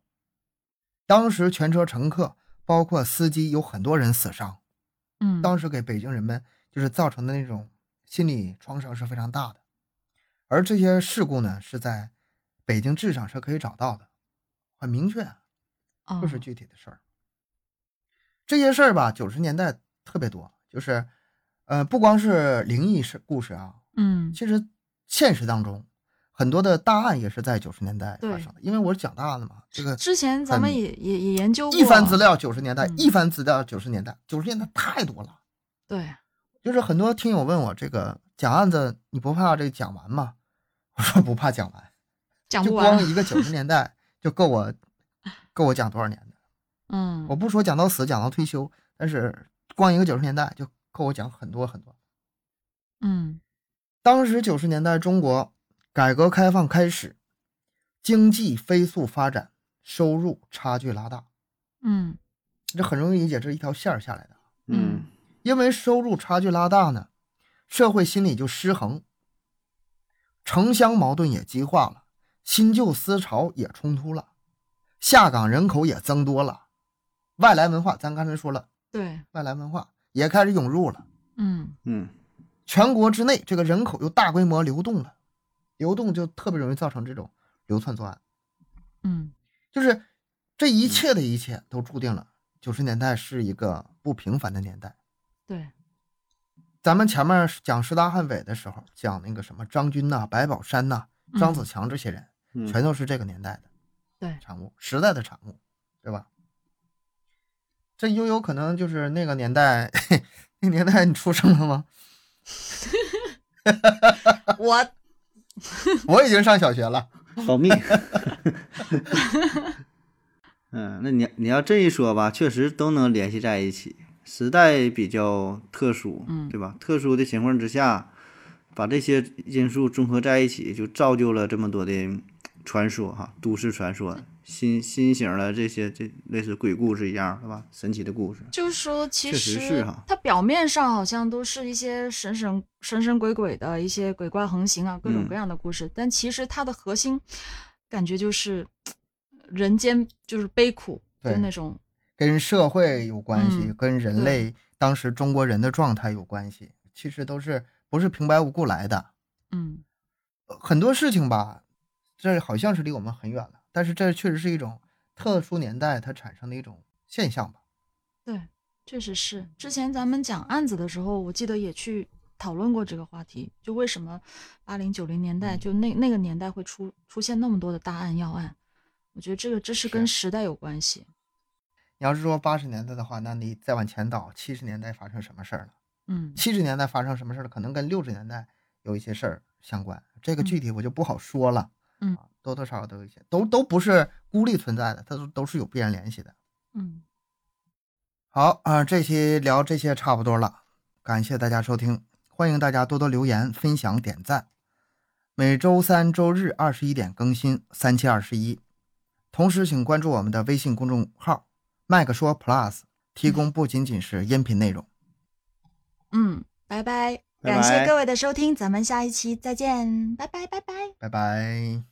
当时全车乘客包括司机有很多人死伤，
嗯，
当时给北京人们就是造成的那种心理创伤是非常大的。而这些事故呢，是在北京志上是可以找到的，很明确。啊
哦
不是具体的事儿。这些事儿吧，九十年代特别多，就是，呃，不光是灵异事故事啊，
嗯
其实现实当中很多的大案也是在九十年代发生的。因为我是讲大案的嘛，这个
之前咱们
很
也也也研究过
一番资料九十年代，
嗯
一番资料九十年代，九十年代太多了。
对，
就是很多听友问我这个讲案子，你不怕这讲完吗？我说不怕讲完，
讲
就
不完
光，一个九十年
(laughs)
代就够我够我讲多少年的。
嗯
我不说讲到死，讲到退休，但是光一个九十年代就跟我讲很多很多。
嗯
当时九十年代中国改革开放开始，经济飞速发展，收入差距拉大，
嗯
这很容易理解，这是一条线儿下来的。
嗯
因为收入差距拉大呢，社会心理就失衡，城乡矛盾也激化了，新旧思潮也冲突了，下岗人口也增多了，外来文化，咱刚才说了，
对，
外来文化也开始涌入了。
嗯
嗯
全国之内这个人口又大规模流动了，流动就特别容易造成这种流窜作案。
嗯
就是这一切的一切都注定了九十年代是一个不平凡的年代。
对，
咱们前面讲十大悍匪的时候，讲那个什么张军呐、白宝山呐、
嗯
张子强这些人，
嗯，
全都是这个年代的 (laughs)
对
产物，时代的产物，对吧？这悠悠可能就是那个年代， (laughs) 那年代你出生了吗？
我
我已经上小学了。
(laughs) 保密。嗯，那你你要这一说吧，确实都能联系在一起。时代比较特殊，
嗯
对吧？特殊的情况之下，把这些因素综合在一起，就造就了这么多的嗯传说哈，都市传说、新新型的这些这类似鬼故事一样，对吧？神奇的故事，
就是说，其
确实是哈
它表面上好像都是一些神神神神鬼鬼的一些鬼怪横行啊，各种
嗯
各样的故事，但其实它的核心感觉就是人间就是悲苦，
对
跟那种
跟社会有关系，
嗯
跟人
对
类当时中国人的状态有关系，其实都是不是平白无故来的。
嗯
呃很多事情吧，这好像是离我们很远了，但是这确实是一种特殊年代它产生的一种现象吧。
对，确实是。之前咱们讲案子的时候，我记得也去讨论过这个话题，就为什么八零九零年代就
嗯
那那个年代会出出现那么多的大案要案，我觉得这个这是跟
是
时代有关系。
你要是说八十年代的话，那你再往前倒，七十年代发生什么事儿了？
嗯
七十年代发生什么事儿了？可能跟六十年代有一些事儿相关，这个
嗯
具体我就不好说了。
嗯
啊，多多少少都有一些，都都不是孤立存在的，它都都是有必然联系的。
嗯
好啊、这期聊这些差不多了，感谢大家收听，欢迎大家多多留言、分享、点赞。每周三、周日二十一点更新，三七二十一。同时，请关注我们的微信公众号“麦克说 Plus”，提供不仅仅是音频内容。
嗯，拜拜，
拜
感谢
拜
各位的收听，咱们下一期再见，拜拜拜拜。
拜拜。